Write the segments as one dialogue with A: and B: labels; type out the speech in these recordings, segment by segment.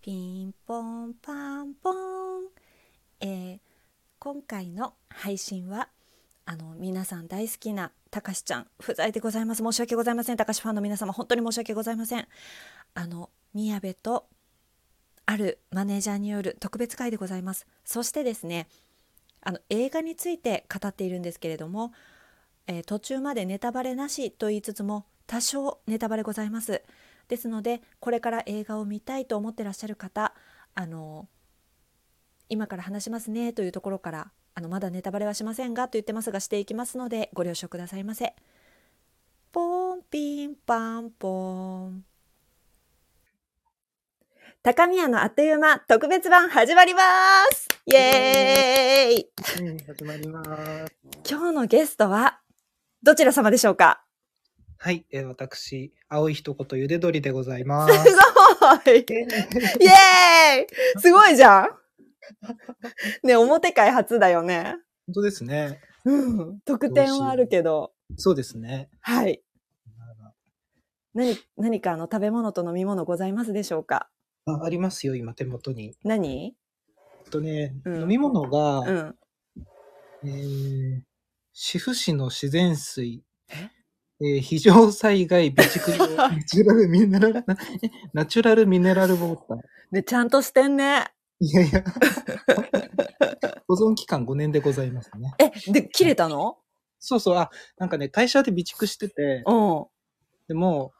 A: ピンポンパンポン、えー今回の配信はあの皆さん大好きなたかしちゃん不在でございます申し訳ございませんたかしファンの皆様本当に申し訳ございませんあの宮部とあるマネージャーによる特別会でございますそしてですねあの映画について語っているんですけれども、えー途中までネタバレなしと言いつつも多少ネタバレございますですのでこれから映画を見たいと思ってらっしゃる方あの今から話しますねというところからあのまだネタバレはしませんがと言ってますがしていきますのでご了承くださいませポンピンパンポン高宮のあっという間特別版始まりますイエーイ
B: うん、始まります。
A: 今日のゲストはどちら様でしょうか
B: はい、えー私、青い一言ゆで鳥でござ いますす。
A: ごい
B: えー
A: イエーイすごいじゃんね表会初だよね。
B: 本当ですね。
A: うん。特典はあるけど。
B: そうですね。
A: はい。
B: あ
A: 何、何かあの食べ物と飲み物ございますでしょうか
B: あありますよ、今手元に。
A: 何
B: えっとね、
A: うん
B: 飲み物
A: う
B: が、
A: ん。
B: えー、シフ市の自然水
A: え。
B: えー、非常災害備 蓄用ナチュラルミネラル、ナチュラルミネラルウォーター。
A: ね、ちゃんとしてんね。
B: いやい や。保存期間5年でございますね。
A: え、で、切れたの
B: そうそう、あ、なんかね、会社で備蓄してて、
A: うん。
B: でも、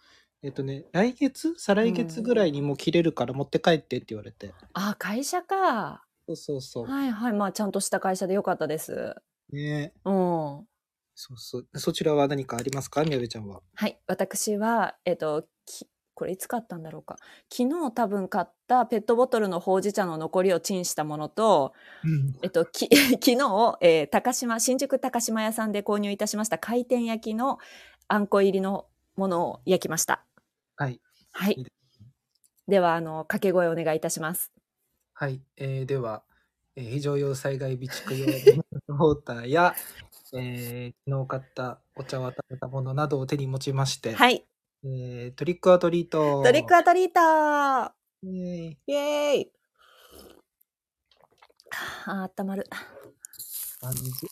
B: えっとね、来月再来月ぐらいにもう切れるから持って帰ってって言われて。
A: あ、会社か。
B: そうそうそ
A: はいはい。まあ、ちゃんとした会社でよかったです。
B: う。ねえ
A: うん。
B: そうそう。そちらは何かありますか宮部ちゃんは。
A: はい、私は、えっと、きこれいつ買ったんだろうか昨日多分買ったペットボトルのほうじ茶の残りをチンしたものと、
B: うん。
A: えっと、き 昨日、えー高島新宿高島屋さんで購入いたしました回転焼きのあんこ入りのものを焼きました。
B: はい。
A: はい
B: いい
A: い
B: で、
A: ではあの掛け声お願いいたします。
B: はい。えーでは、えー非常用災害備蓄 用ウォーターや、えー昨日買ったお茶を温めたものなどを手に持ちまして、
A: はい、
B: えートリックアトリート。
A: トリックアトリートー
B: イェーイ
A: イエーイああったまる。
B: あのず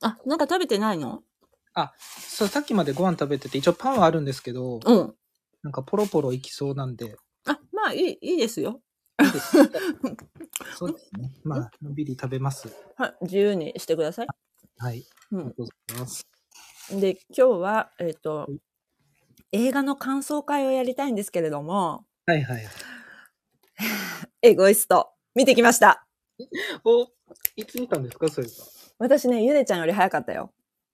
A: あ、なんか食べてないの
B: そう、さっきまでご飯食べてて、一応パンはあるんですけど、
A: うん。
B: なんかポロポロいきそうなんで、
A: あ、まあいい、いいですよ。
B: そうですね。まあ、のんびり食べます。
A: はい、自由にしてください。
B: はい。
A: う
B: ありがとうございます。
A: ん、で今日は、えっと
B: はい
A: 映画の感想会をやりたいんですけれども
B: はいはい。
A: 「エゴイスト」見てきました
B: お、いつ見たんですか、それが。
A: 私ねゆでちゃんより早かったよ。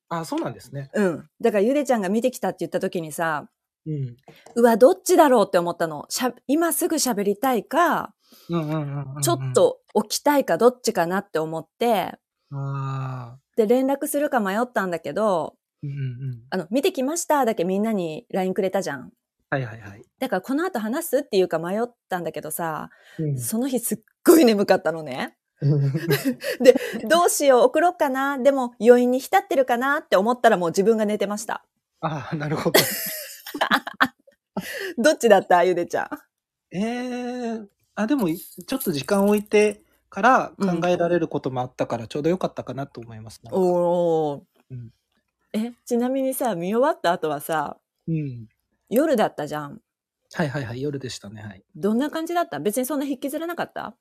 B: あ、そうなんですね。
A: うん、だからゆでちゃんが見てきたって言った時にさ
B: うん。
A: うわどっちだろうって思ったのしゃ今すぐ喋りたいか
B: うんうんうんうんうん
A: ちょっ。と起きたいかどっちかなって思って
B: ああ。
A: で連絡するか迷ったんだけど
B: うんうんうん。
A: あの「見てきました」だけみんなに LINE くれたじゃん。
B: はいはいはい。
A: だからこの後話すっていうか迷ったんだけどさ
B: うん
A: その日すっごい眠かったのね。どうしよう、送ろうかな。でも余韻に浸ってるかなって思ったらもう自分が寝てました。
B: ああ、なるほ ど。
A: どっちだったゆでちゃん。
B: ええあ、でも、ちょっと時間置いてから考えられることもあったから、ちょうどよかったかなと思います。なんか
A: おー
B: うん
A: え、ちなみにさ、見終わった後はさ、
B: うん。
A: 夜だったじゃん。
B: はいはいはい。夜でしたね。はい。
A: どんな感じだった別にそんな引きずらなかった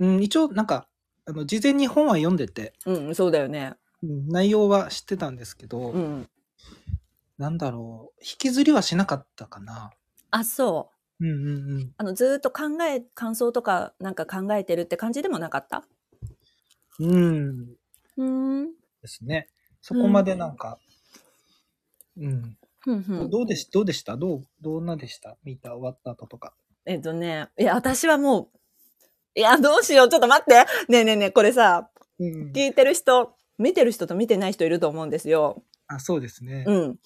B: うん、一応、なんか、あの、事前に本は読んでて、
A: うん、そうだよね。
B: うん内容は知ってたんですけど、
A: うん。
B: なんだろう、引きずりはしなかったかな。
A: あ、そう。
B: うんうんうん。
A: あの、ずーっと考え、感想とかなんか考えてるって感じでもなかった
B: うん。
A: うーん。
B: ですね。そこまでなんか、うん。
A: ふんふん。
B: どうでしどうでしたどう、どんなでした見た終わった後とか。
A: えっとね、いや、私はもう、いや、どうしよう、ちょっと待って。ねえねえねえ、これさ、
B: うん
A: 聞いてる人、見てる人と見てない人いると思うんですよ。
B: あ、そうですね。
A: うん。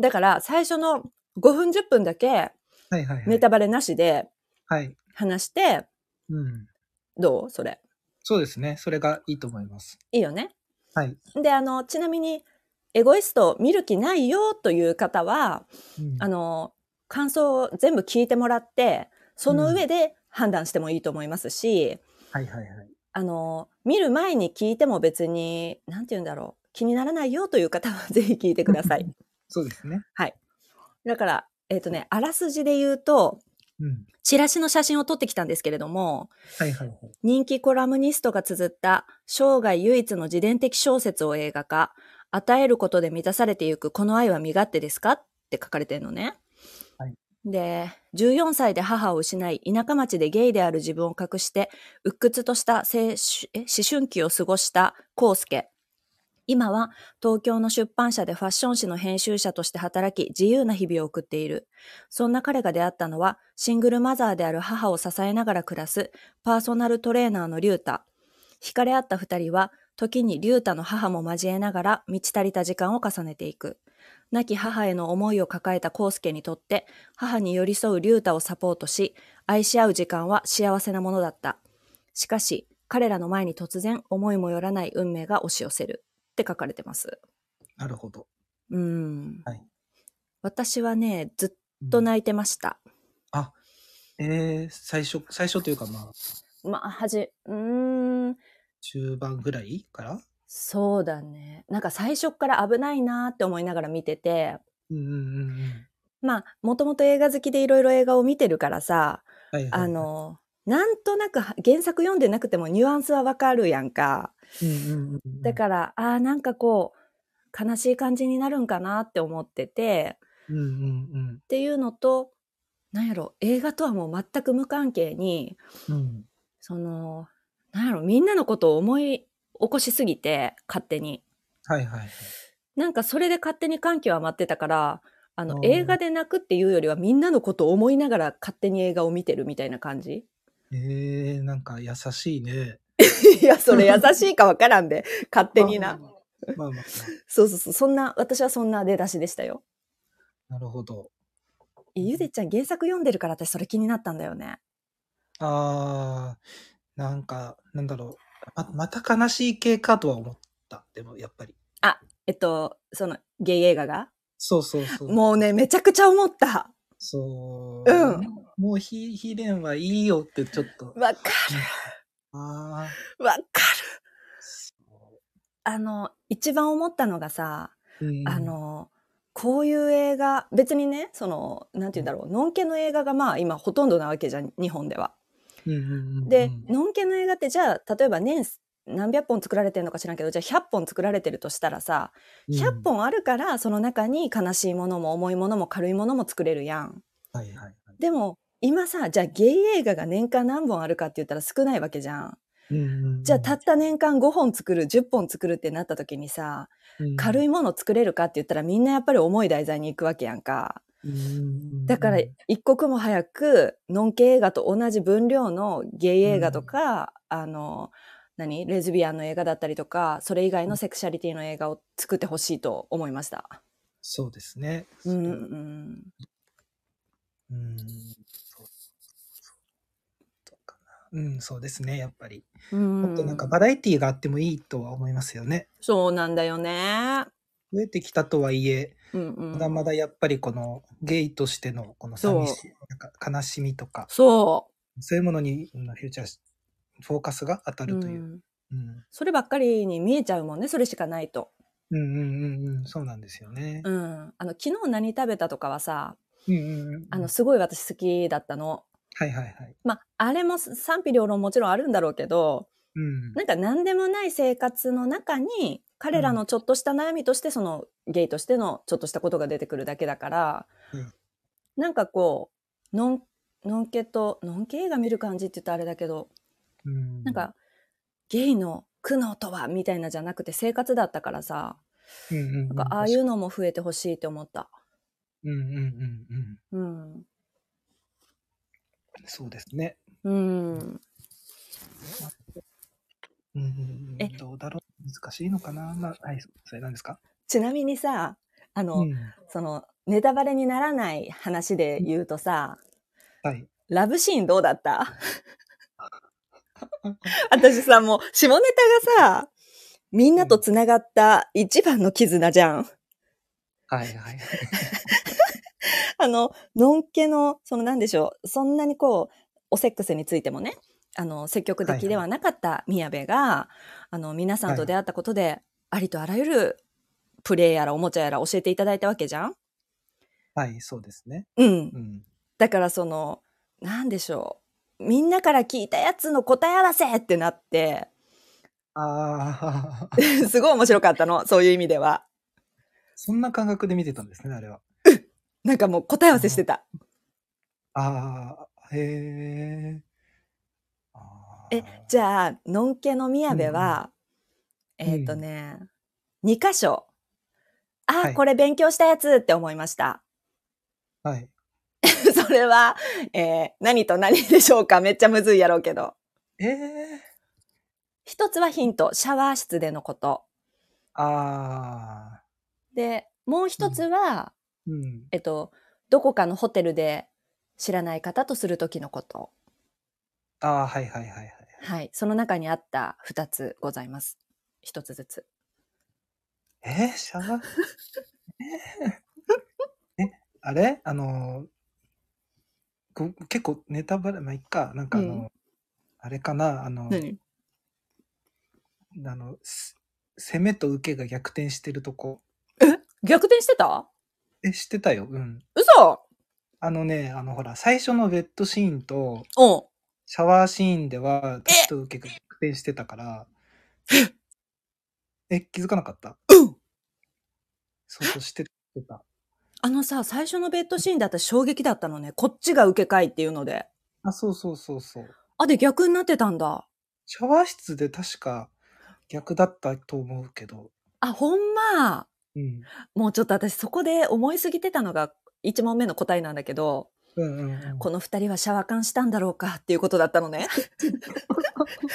A: だから、最初の5分、10分だけ、
B: はいはいはい。
A: ネタバレなしで
B: はい。
A: 話して、
B: うん。
A: どうそれ。
B: そうですね。それがいいと思います。
A: いいよね。
B: はい。
A: で、あの、ちなみに、エゴイスト見る気ないよという方は、
B: うん
A: あの、感想を全部聞いてもらって、その上で判断してもいいと思いますし、
B: はいはいはい。
A: あの、見る前に聞いても別に、なんて言うんだろう、気にならないよという方は ぜひ聞いてください。
B: そうですね。
A: だから、えっ、とね、あらすじで言うと、
B: うん。
A: チラシの写真を撮ってきたんですけれども、
B: はいはいはい。
A: 人気コラムニストが綴った生涯唯一の自伝的小説を映画化、与えることで満たされていくこの愛は身勝手ですかって書かれてるのね。
B: はい
A: で、14歳で母を失い、田舎町でゲイである自分を隠して、鬱屈とした青春え思春期を過ごした康介。今は東京の出版社でファッション誌の編集者として働き、自由な日々を送っている。そんな彼が出会ったのは、シングルマザーである母を支えながら暮らすパーソナルトレーナーのリュータ。惹かれ合った二人は、時にリュータの母も交えながら満ち足りた時間を重ねていく。亡き母への思いを抱えた康介にとって、母に寄り添うリュータをサポートし、愛し合う時間は幸せなものだった。しかし、彼らの前に突然思いもよらない運命が押し寄せる。って書かれてます。
B: なるほど。
A: うん。
B: はい
A: 私はね、ずっ
B: うん
A: と泣いてました。
B: えー、最初、最初というかまあ、
A: まあ、はじ、うーん、
B: 中盤ぐらいから
A: そうだね。なんか最初っから危ないなーって思いながら見てて、
B: うんうんうんうん。
A: まあ、もともと映画好きでいろいろ映画を見てるからさ、
B: はいはいはい
A: あ、の、なんとなくは原作読んでなくてもニュアンスはわかるやんか。
B: うんうんうんうん、
A: だから、ああ、なんかこう、悲しい感じになるんかなって思ってて、
B: うんうん
A: っていうのと、なんやろ、映画とはもう全く無関係に、
B: うんうん。
A: その、なんやろ、みんなのことを思い起こしすぎて、勝手に。
B: はいはいはい。
A: なんかそれで勝手に歓喜を余ってたから、あの
B: あ、ー
A: 映画で泣くっていうよりはみんなのことを思いながら勝手に映画を見てるみたいな感じ
B: えー、なんか優しいね。
A: いや、それ優しいかわからんで、勝手にな。
B: まあまあまあ。
A: そうそうそう、そんな、私はそんな出だしでしたよ。
B: なるほど。
A: えゆでちゃん原作読んでるから私それ気になったんだよね。
B: あー、なんか、なんだろう。ままた悲しい系かとは思った。でも、やっぱり。
A: えっと、その、ゲイ映画が。
B: そうそうそう。
A: もうね、めちゃくちゃ思った。
B: そう。
A: うん
B: もうひ、ヒレンはいいよってちょっと。
A: わか
B: ああ。
A: る、わかる。
B: そ
A: あの、一番思ったのがさ、
B: ううん
A: あ、の、こういう映画、別にね、その、なんて言うんだろう、のんけの映画がまあ今ほとんどなわけじゃん、日本では。
B: うんうんうんうん
A: で、のんけの映画ってじゃあ、例えば年何百本作られてるのか知らんけど、じゃあ100本作られてるとしたらさ、100、
B: うん
A: 本あるから、その中に悲しいものも重いものも軽いものも作れるやん。
B: はいはいはい。
A: でも、今さ、じゃあゲイ映画が年間何本あるかって言ったら少ないわけじゃん。
B: うんうんうん
A: じゃあたった年間5本作る、10本作るってなった時にさ、軽
B: い、
A: いもの作れるかって言ったらみんなやっぱり重い題材に行くわけやんか。
B: うんうんうん
A: だから
B: うん
A: 一刻も早く、ノン系映画と同じ分量のゲイ映画とか、あの、何レズビアンの映画だったりとか、それ以外のセクシャリティの映画を作ってほしいと思いました。
B: そうですね。
A: うんうん。
B: うんそうそうかなうん、そうですね、やっぱり。
A: うん。
B: もっとなんかバラエティーがあってもいいとは思いますよね。
A: そうなんだよね。
B: 増えてきたとはいえ、
A: うんうん。
B: まだまだやっぱりこのゲイとしてのこの寂しい、なんか悲しみとか、
A: そ
B: そういうものにうんフューチャーし、フォーカスが当た
A: う、
B: るというう。
A: ん
B: うん、
A: そればっかりに見えちゃうもんね、それしかないと。
B: うん、うんうんうん、そうなんですよね
A: う。ん。あの、昨日何食べたとかはさ、
B: うんうんうん。
A: あの、すごい私好きだったの。
B: はいはいはい。
A: まあ、あれも賛否両論もちろんあるんだろうけど、
B: うん。
A: なんか何でもない生活の中に、彼らのちょっとした悩みとして、そのゲイとしてのちょっとしたことが出てくるだけだから、
B: うん
A: なんかこう、のん、のんけと、のんけ映画見る感じって言ったらあれだけど、
B: うん
A: なん、か、ゲイの苦悩とはみたいなじゃなくて生活だったからさ、
B: うんうんうん、
A: なんかああいうのも増えてほしいって思った。
B: うんうんうんうん。
A: うん。
B: そうですね。
A: うん。
B: うんうんう
A: え
B: ん、どうだろう難しいのかな、まあ、はい、それなんですか、
A: ちなみにさ、あの、
B: うん、
A: その、ネタバレにならない話で言うとさ、
B: はい。
A: ラブシーンどうだった私さ、もう、下ネタがさ、みんなと繋がった一番の絆じゃん。
B: はいはい。
A: あの、のんけの、そのなんでしょう、そんなにこう、おセックスについてもね、あの、積極
B: はいは
A: 的
B: い
A: ではなかった宮部が、あの、皆さんと出会ったことで、ありとあらゆるプレイやらおもちゃやら教えていただいたわけじゃん
B: はい、そうですね。
A: うん
B: う。ん。
A: だからその、なんでしょう、みんなから聞いたやつの答え合わせってなって、
B: ああ、
A: すごい面白かったの、そういう意味では。
B: そんな感覚で見てたんですね、あれは。
A: なんかもう答え合わせしてた。
B: ああ、へえ。あー
A: え、じゃあ、のんけの宮部は、
B: んうん
A: えっ、とね、2箇所。あ、
B: はい
A: これ勉強したやつって思いました。
B: はい。
A: それは、えー何と何でしょうかめっちゃむずいやろうけど。
B: ええ。
A: 一つはヒント、シャワー室でのこと。
B: ああ、
A: で、もう一つは、
B: うん。
A: えっと、どこかのホテルで知らない方とするときのこと。
B: ああ、はいはいはいはい。
A: はい。その中にあった2つございます。1つずつ。
B: えー、シャワーえー え、あれあのー、こ結構ネタバレ、まあ、いっか、なんかあの、
A: うん
B: あれかな、あの、
A: 何
B: あの、す攻めと受けが逆転してるとこ。
A: 逆転してた
B: え、知ってたよ。うん。
A: 嘘
B: あのね、あの、ほら、最初のベッドシーンと
A: うん。
B: シャワーシーンでは、受けと受けが逆転してたから、え、気づかなかった
A: うん
B: そうそう、してた。
A: あのさ、最初のベッドシーンだった衝撃だったのね。こっちが受けかいっていうので。
B: あ、そうそうそうそう。
A: あ、で逆になってたんだ。
B: シャワー室で確か逆だったと思うけど。
A: あ、ほんま。
B: うん。
A: もうちょっと私そこで思いすぎてたのが1問目の答えなんだけど、
B: うんうんうん。
A: この2人はシャワカンしたんだろうかっていうことだった のね。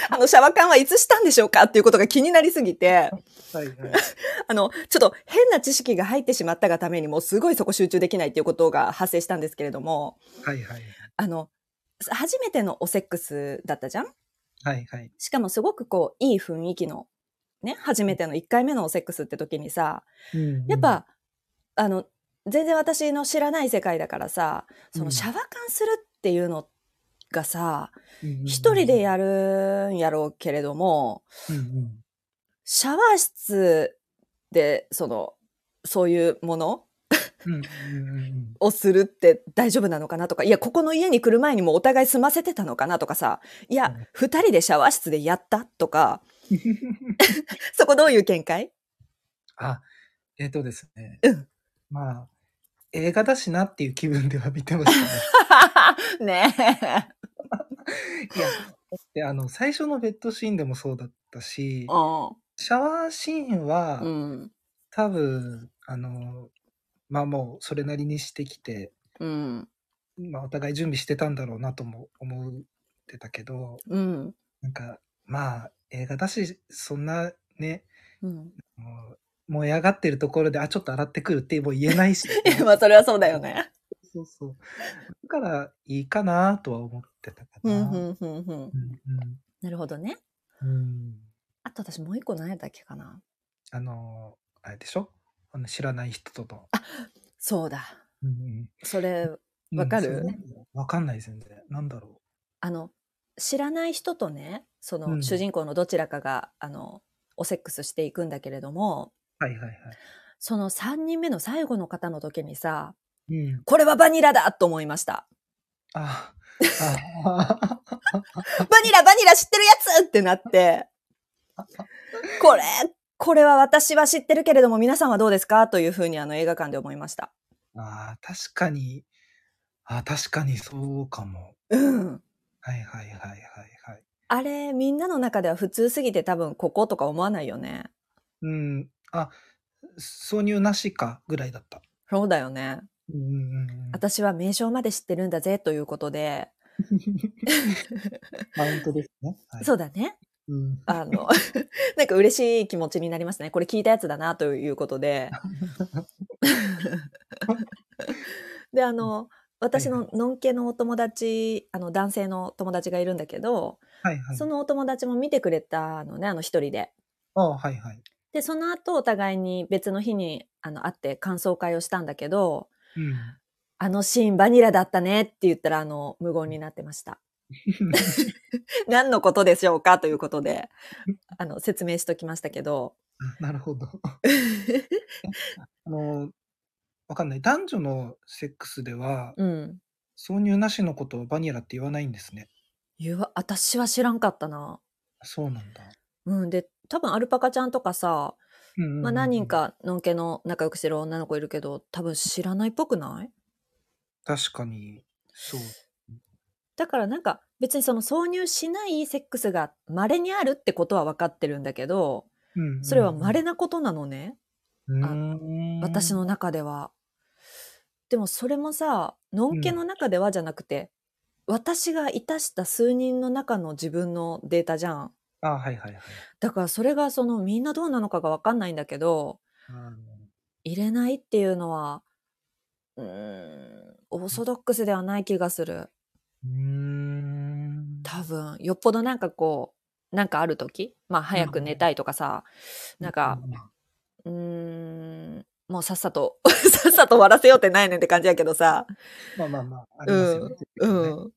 A: あのシャワカンはいつしたんでしょうかっていうことが気になりすぎて、
B: はいはい。
A: あの、ちょっと変な知識が入ってしまったがためにもうすごいそこ集中できないっていうことが発生したんですけれども、
B: はいはい。
A: あの、初めてのおセックスだったじゃん
B: はいはい。
A: しかもすごくこう、いい雰囲気の、ね、初めての1回目のセックスって時にさ、
B: うんうん
A: やっ、ぱ、あの、全然私の知らない世界だからさ、そうの
B: ん
A: シャワカンするっていうのがさ、
B: うんうんうん
A: 一人でやるんやろうけれども、
B: うんうん
A: シャワー室で、その、そういうもの
B: うんうんうんうん
A: をするって大丈夫なのかなとか、いや、ここの家に来る前にもうお互い済ませてたのかなとかさ、いや
B: うん、
A: 二人でシャワー室でやったとか、 そこどういう見解
B: あ、えっ、とですね。
A: うん
B: まあ、映画だしなっていう気分では見て ましたね。
A: ねえ。
B: いや、で、あの、最初のベッドシーンでもそうだったし、
A: う
B: シャワーシーンは、
A: ん。
B: 多分、あの、まあもうそれなりにしてきて、
A: うん。
B: まあ、お互い準備してたんだろうなとも思ってたけど
A: うん。
B: なんかまあ映画だしそんなね
A: うん。
B: もう燃え上がってるところであちょっと洗ってくるってもう言えないし
A: い や、まあ、それはそうだよね。
B: そうそうだからいいかなとは思ってたか
A: う
B: な。
A: ん、
B: うん
A: うん、うん、うん。なるほどね。
B: うんうん
A: あと私もう一個何やったっけかな。
B: あのあれでしょあの知らない人との。
A: そうだ。
B: うんうん
A: それ、
B: うん
A: わかる
B: それねわかんない全然。なんだろ
A: あの、知らない人とね、そうの
B: ん
A: 主人公のどちらかが、あの、おセックスしていくんだけれども、
B: う。はいはいはい。
A: その3人目の最後の方の時にさ、
B: うん、
A: これはバニラだと思いました。
B: ああ
A: バニラ、バニラ知ってるやつってなって、これ、これは私は知ってるけれども、皆さんはどうですかというふうにあの映画館で思いました。
B: ああ、確かに。ああ、確かにそうかも。
A: うん。
B: はいはいはいはいはい。
A: あれ、みんなの中では普通すぎて多分こことか思わないよね。
B: うん。あ、挿入なしかぐらいだった。
A: そうだよね。
B: うんうんうん。
A: 私は名称まで知ってるんだぜということで、
B: マウントですね。はい、
A: そうだね。
B: う。ん。
A: あの、 なんか嬉しい気持ちになりますね。これ聞いたやつだなということで。で、あの、私ののんけのお友達、あの男性の友達がいるんだけど、
B: はいはい。
A: そのお友達も見てくれたのね、あの一人で。
B: ああ、はいはい。
A: で、その後お互いに別の日にあの会って感想会をしたんだけど、
B: うん。
A: あのシーンバニラだったねって言ったら、あの、無言になってま した。何のことでしょうかということで、あの、説明しときましたけど、
B: なるほど。 あの、わかんない。男女のセックスでは、
A: うん。
B: 挿入なしのことをバニラって言わないんですね。
A: 言わ、私は知らんかったな。
B: そうなんだ。
A: うん。で、多分アルパカちゃんとかさ、
B: うんうんうん
A: まあ、何人。かのんけの仲良くしてる女の子いるけど、多分知らないっぽくない
B: 確かに、そう。
A: だからなんか別にその挿入しないセックスが稀にあるってことは分かってるんだけど、
B: うんうんうん
A: それは稀なことなのね、
B: うーん
A: 私の中では。でもそれもさ、のんけの中ではじゃなくて、私がいたした数人の中の自分のデータじゃん。
B: あはいはいはい
A: だからそれがそのみんなどうなのかが分かんないんだけど、
B: あ
A: 入れないっていうのは、うーん、オーソドックスではない気がする。
B: ーうーん
A: 多分よっぽどなんかこうなんかある時まあ早く寝たいとかさ、なんかうーんもうさっさと さっさと終わらせようってないねんって感じやけどさ、
B: まあまあまああり
A: う
B: ますよ
A: ん
B: ね
A: うん、
B: い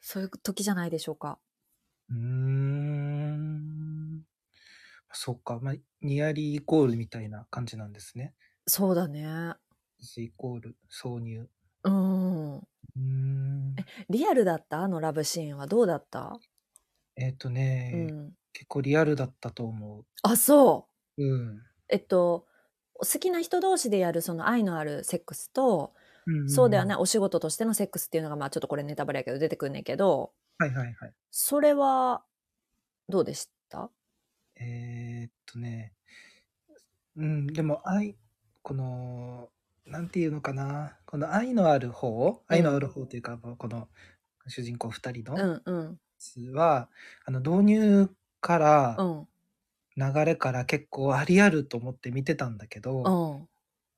A: そういう時じゃないでしょうか
B: うーんそっかまあニアリーイコールみたいな感じなんですね
A: そうだね
B: イコール挿入
A: うん
B: うーん
A: リアルだったあのラブシーンはどうだった、
B: えっ、とね、
A: うん、
B: 結構リアルだったと思
A: あそう
B: ううん
A: えっと好きな人同士でやるその愛のあるセックスと、
B: んん
A: そうではないお仕事としてのセックスっていうのがまあちょっとこれネタバレやけど出てくんねんけど
B: はいはいはい
A: それはどうでした
B: えーっとね、うん、でも愛、この、なんていうのかな、この愛のある方、愛のある方というか、まあこの主人公二人の
A: う
B: や
A: んうん
B: つは、あの導入から、
A: うん
B: 流れから結構ありあると思って見てたんだけど、
A: うん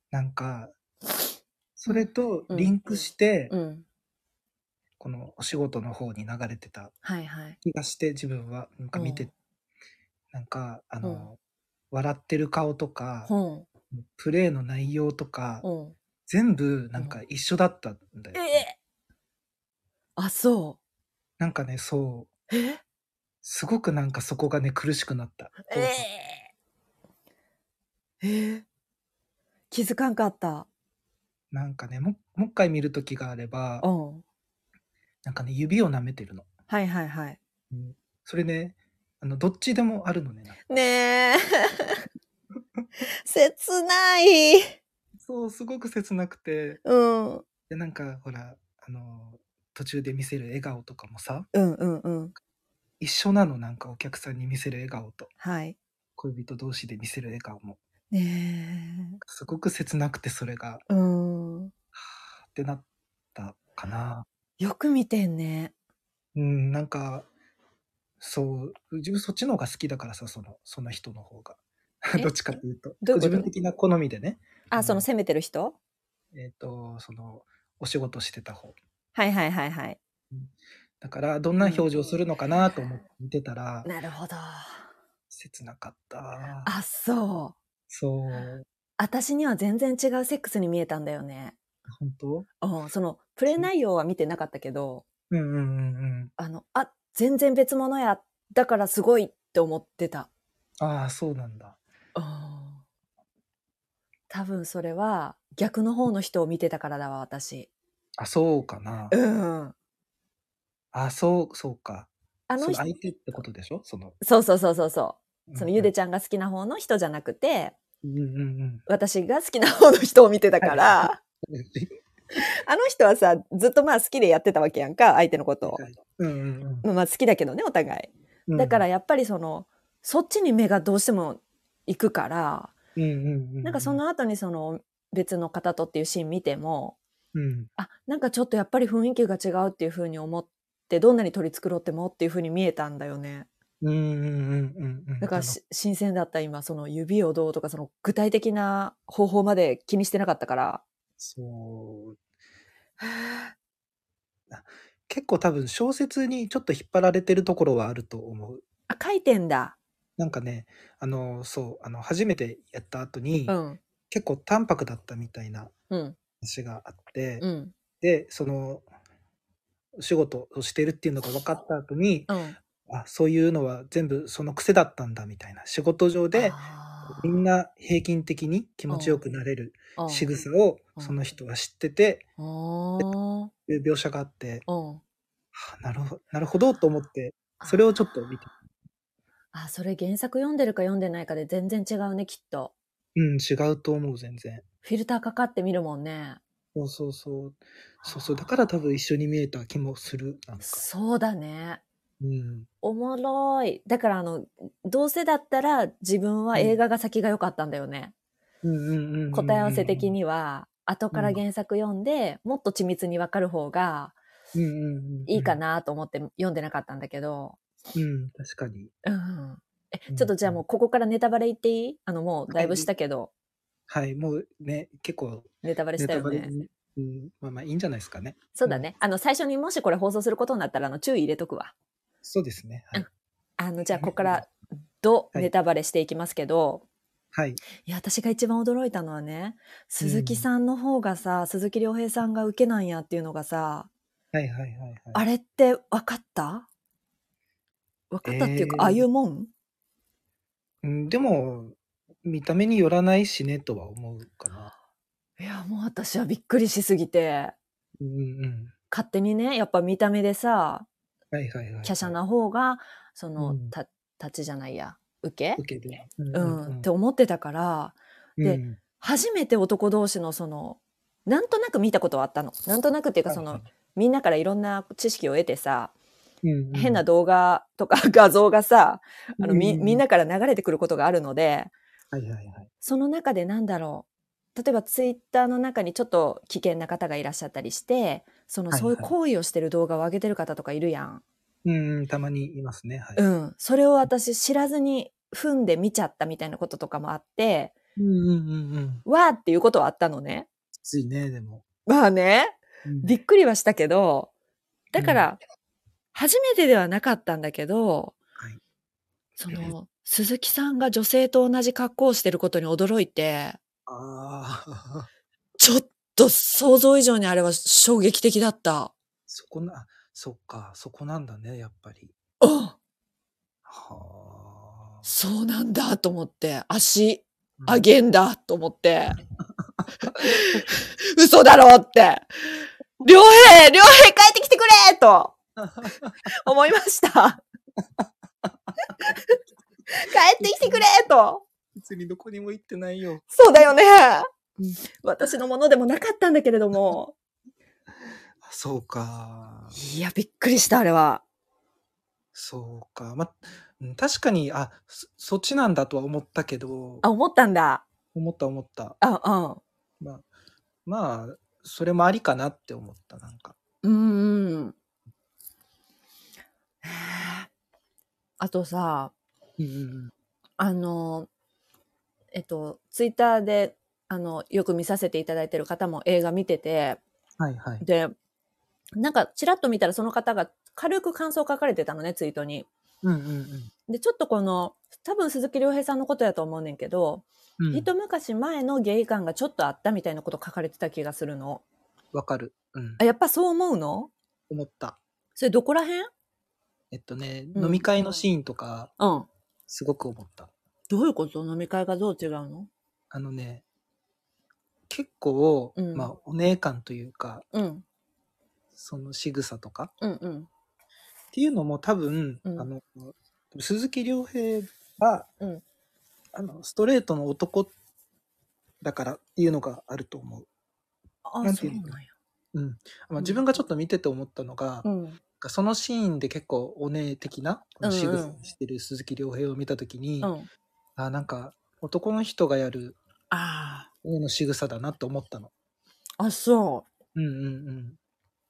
B: なんか、それと
A: うん
B: リンクして、
A: うん
B: このお仕事の方に流れてた
A: はいはい
B: 気がして、自分は、なんか見て、
A: うん
B: なんか、あ
A: う
B: の、笑ってる顔とか、
A: ほ
B: プレーの内容とか
A: う、ん
B: 全部なんか一緒だったんだ
A: え
B: よ、
A: えあそ
B: なんかねそう
A: うえ
B: すごくなんかそこがね苦しくなった、
A: えええ気づかんかった
B: なんかねももう一回見る時があれば
A: うん
B: なんかね指を舐めてるの、
A: はいはいはい
B: うんそれねあのどっちでもあるのねなんか
A: ねえ 切ない
B: そうすごく切なくて
A: うんうん
B: でなんかほらあの途中で見せる笑顔とかもさ
A: うんうん
B: 一緒なのなんかお客さんに見せる笑顔と
A: はい
B: 恋人同士で見せる笑顔も
A: ね
B: すごく切なくてそれが
A: えうん
B: はあってなったかな
A: よく見てんね
B: うん、なんか、そう、自分そっちの方が好きだからさ、その、その人の方が。
A: え
B: どっちかっていうと。
A: どういうこと
B: 自分的な好みでね、
A: あその攻めてる人
B: えっ、と、その、お仕事してた方。
A: はいはいはいはい
B: だから、どんな表情するのかなと思って見てたら、
A: なるほど
B: 切なかった。
A: あそう
B: そう、
A: 私には全然違うセックスに見えたんだよね。
B: 本当
A: うん、そのプレイ内容は見てなかったけど、
B: うんうんうんうん。
A: あの、あ、全然別物や、だからすごいって思ってた。
B: ああ、そうなんだ。
A: うん、多分それは逆の方の人を見てたからだわ、私。
B: あ、そうかな。
A: うん。
B: あ、そう、そうか。
A: あの
B: その
A: 人、
B: 相手ってことでしょその。
A: そうそうそうそうそう。そのゆで
B: ち
A: ちゃんが好きな方の人じゃなくて、
B: ゃん。うんうんうん。
A: 私が好きな方の人を見てたから、あの人はさ、ずっとまあ好きでやってたわけやんか、相手のことを。
B: うんうん
A: まあ好きだけどね、お互い。
B: うん。
A: だからやっぱりそのそっちに目がどうしても行くから
B: うんうんうんうん、
A: なんかその後にその別の方とっていうシーン見ても
B: うん、
A: あなんかちょっとやっぱり雰囲気が違うっていう風に思ってどんなに取り繕ってもっていう風に見えたんだよね
B: うんうんうんうんうん。
A: だからし新鮮だった今その指をどうとかその具体的な方法まで気にしてなかったから
B: そう。あ結構多分小説にちょっと引っ張られてるところはあると思う。
A: あ書いてんだ
B: なんかね、あの、そう、あの、初めてやった後に、
A: うん
B: 結構淡白だったみたいな
A: うん
B: 話があって、
A: うん
B: で、その、お仕事をしてるっていうのが分かった後に、
A: うん
B: あ、そういうのは全部その癖だったんだみたいな。仕事上で、
A: あー
B: みんな平均的に気持ちよくなれる
A: うん
B: 仕草を
A: うん
B: その人は知ってて、
A: うん
B: という描写があって、
A: うん
B: はあなるほど、なるほどと思って、それをちょっと見て、
A: あそれ原作読んでるか読んでないかで全然違うねきっと
B: うん、違うと思う、全然。
A: フィルターかかってみるもんね
B: そうそうそう。そうそう。だから多分一緒に見えた気もする。なんか。
A: そうだね
B: うん。
A: おもろいだからあのどうせだったら自分は映画が先が良かったんだよね、
B: うんうんうんうんうん
A: 答え合わせ的。には後から原作読んで、もっと緻密に分かる方が
B: うんうんうん。
A: いいか。なと思って読んでなかったんだけど、
B: うん、確かに。
A: うん、
B: うん
A: ちょっとじゃあもうここからネタバレ言っていいあのもうだいぶしたけど、
B: はい、もうね、結構
A: ネタバレしたよね。
B: にうん、まあまあいいんじゃないですかね。
A: そうだね。あの、最初にもしこれ放送することになったら、あの、注意入れとくわ。
B: そうですね。はい。
A: あの、じゃあ、ここから、ど、
B: はい
A: ネタバレしていきますけど、
B: はい、
A: い、や、私が一番驚いたのはね、鈴木さんの方がさ、鈴木亮平さんが受けなんやっていうのがさ、
B: はい、はいはいはい。
A: あれって分かった分かったっていうか、
B: えー
A: ああいうもん
B: うん、でも、見た目によらないしねとは思うかな。
A: いや、もう私はびっくりしすぎて、
B: うんうん。
A: 勝手にね、やっぱ見た目でさ、
B: はいはいはい。
A: 華奢。な方が、その、
B: うん
A: た、立ちじゃないや、受け
B: 受けで。
A: うん、って思ってたから、で
B: うん
A: 初めて男同士のそのなんとなく見たことはあったのなんとなくっていうかその、みんなからいろんな知識を得てさ、
B: うんうん
A: 変な動画とか画像がさあのみ
B: うう
A: みんなから流れてくることがあるので
B: はいはいはい。
A: その中でなんだろう例えばツイッターの中にちょっと危険な方がいらっしゃったりしてその
B: はいはい
A: そういう行為をしてる動画を上げてる方とかいるやん。
B: うんうん、たまにいますね。はい。
A: うん、それを私知らずに踏んで見ちゃったみたいなこととかもあって
B: うんうんうんうん。
A: わーっていうことはあったのね。
B: きついね、でも。
A: まあね
B: うん
A: びっくりはしたけど、だから、初めてではなかったんだけど、
B: はい
A: その、鈴木さんが女性と同じ格好をしてることに驚いて、
B: ああ、
A: ちょっと想像以上にあれは衝撃的だった。
B: そこな、そっか、そこなんだね、やっぱり。
A: あ
B: はあ。
A: そうなんだと思って、足上
B: げ
A: げんだと思って、嘘だろって、良平、良平帰ってきてくれと思いました。帰ってきてくれと。
B: 別にどこにも行ってないよ。
A: そうだよね
B: うん。
A: 私のものでもなかったんだけれども。
B: あそうか。
A: いや、びっくりした、あれは。
B: そうか。ま、うん確かに、あ、そそっちなんだとは思ったけど、
A: あ、思ったんだ。
B: 思った思った。
A: あ、
B: まあ、まあ、それもありかなって思った、なんか。
A: うん。うんうん。へえあとさ、
B: うんうん
A: あの、えっと、ツイッターで、あの、よく見させていただいてる方も映画見てて、
B: うん。はいはい。
A: で、なんか、ちらっと見たらその方が軽く感想を書かれてたのね、ツイートに。
B: うんうんうん。
A: で、ちょっとこの、多分鈴木亮平さんのことやと思うねんけど、
B: うん
A: 一昔前のゲイ感がちょっとあったみたいなこと書かれてた気がするの。
B: わかる。うん
A: あ、。やっぱそう思うの
B: 思った。
A: それどこら辺
B: えっとね、
A: うん
B: 飲み会のシーンとか、
A: うん。
B: すごく思った。
A: どういうこと飲み会がどう違うの
B: あのね、結構、
A: うん
B: まあ、お姉感というか、
A: うん。
B: その仕草とか、
A: うんうん。
B: っていうのも多分、
A: うん
B: あの鈴木亮平は、
A: うん
B: あのストレートの男だからっていうのがあると思う。な
A: あ、
B: んて
A: そう
B: いう
A: なん
B: の
A: や。
B: まあ、自分がちょっと見てて思ったのが、
A: うん。
B: そのシーンで結構お姉的なこの仕
A: うんうん
B: 草をしてる鈴木亮平を見た時に、
A: うん。
B: あなんか男の人がやる
A: あ
B: お姉の仕草だなって思ったの。
A: あ。あ、そう。
B: うんうんうん。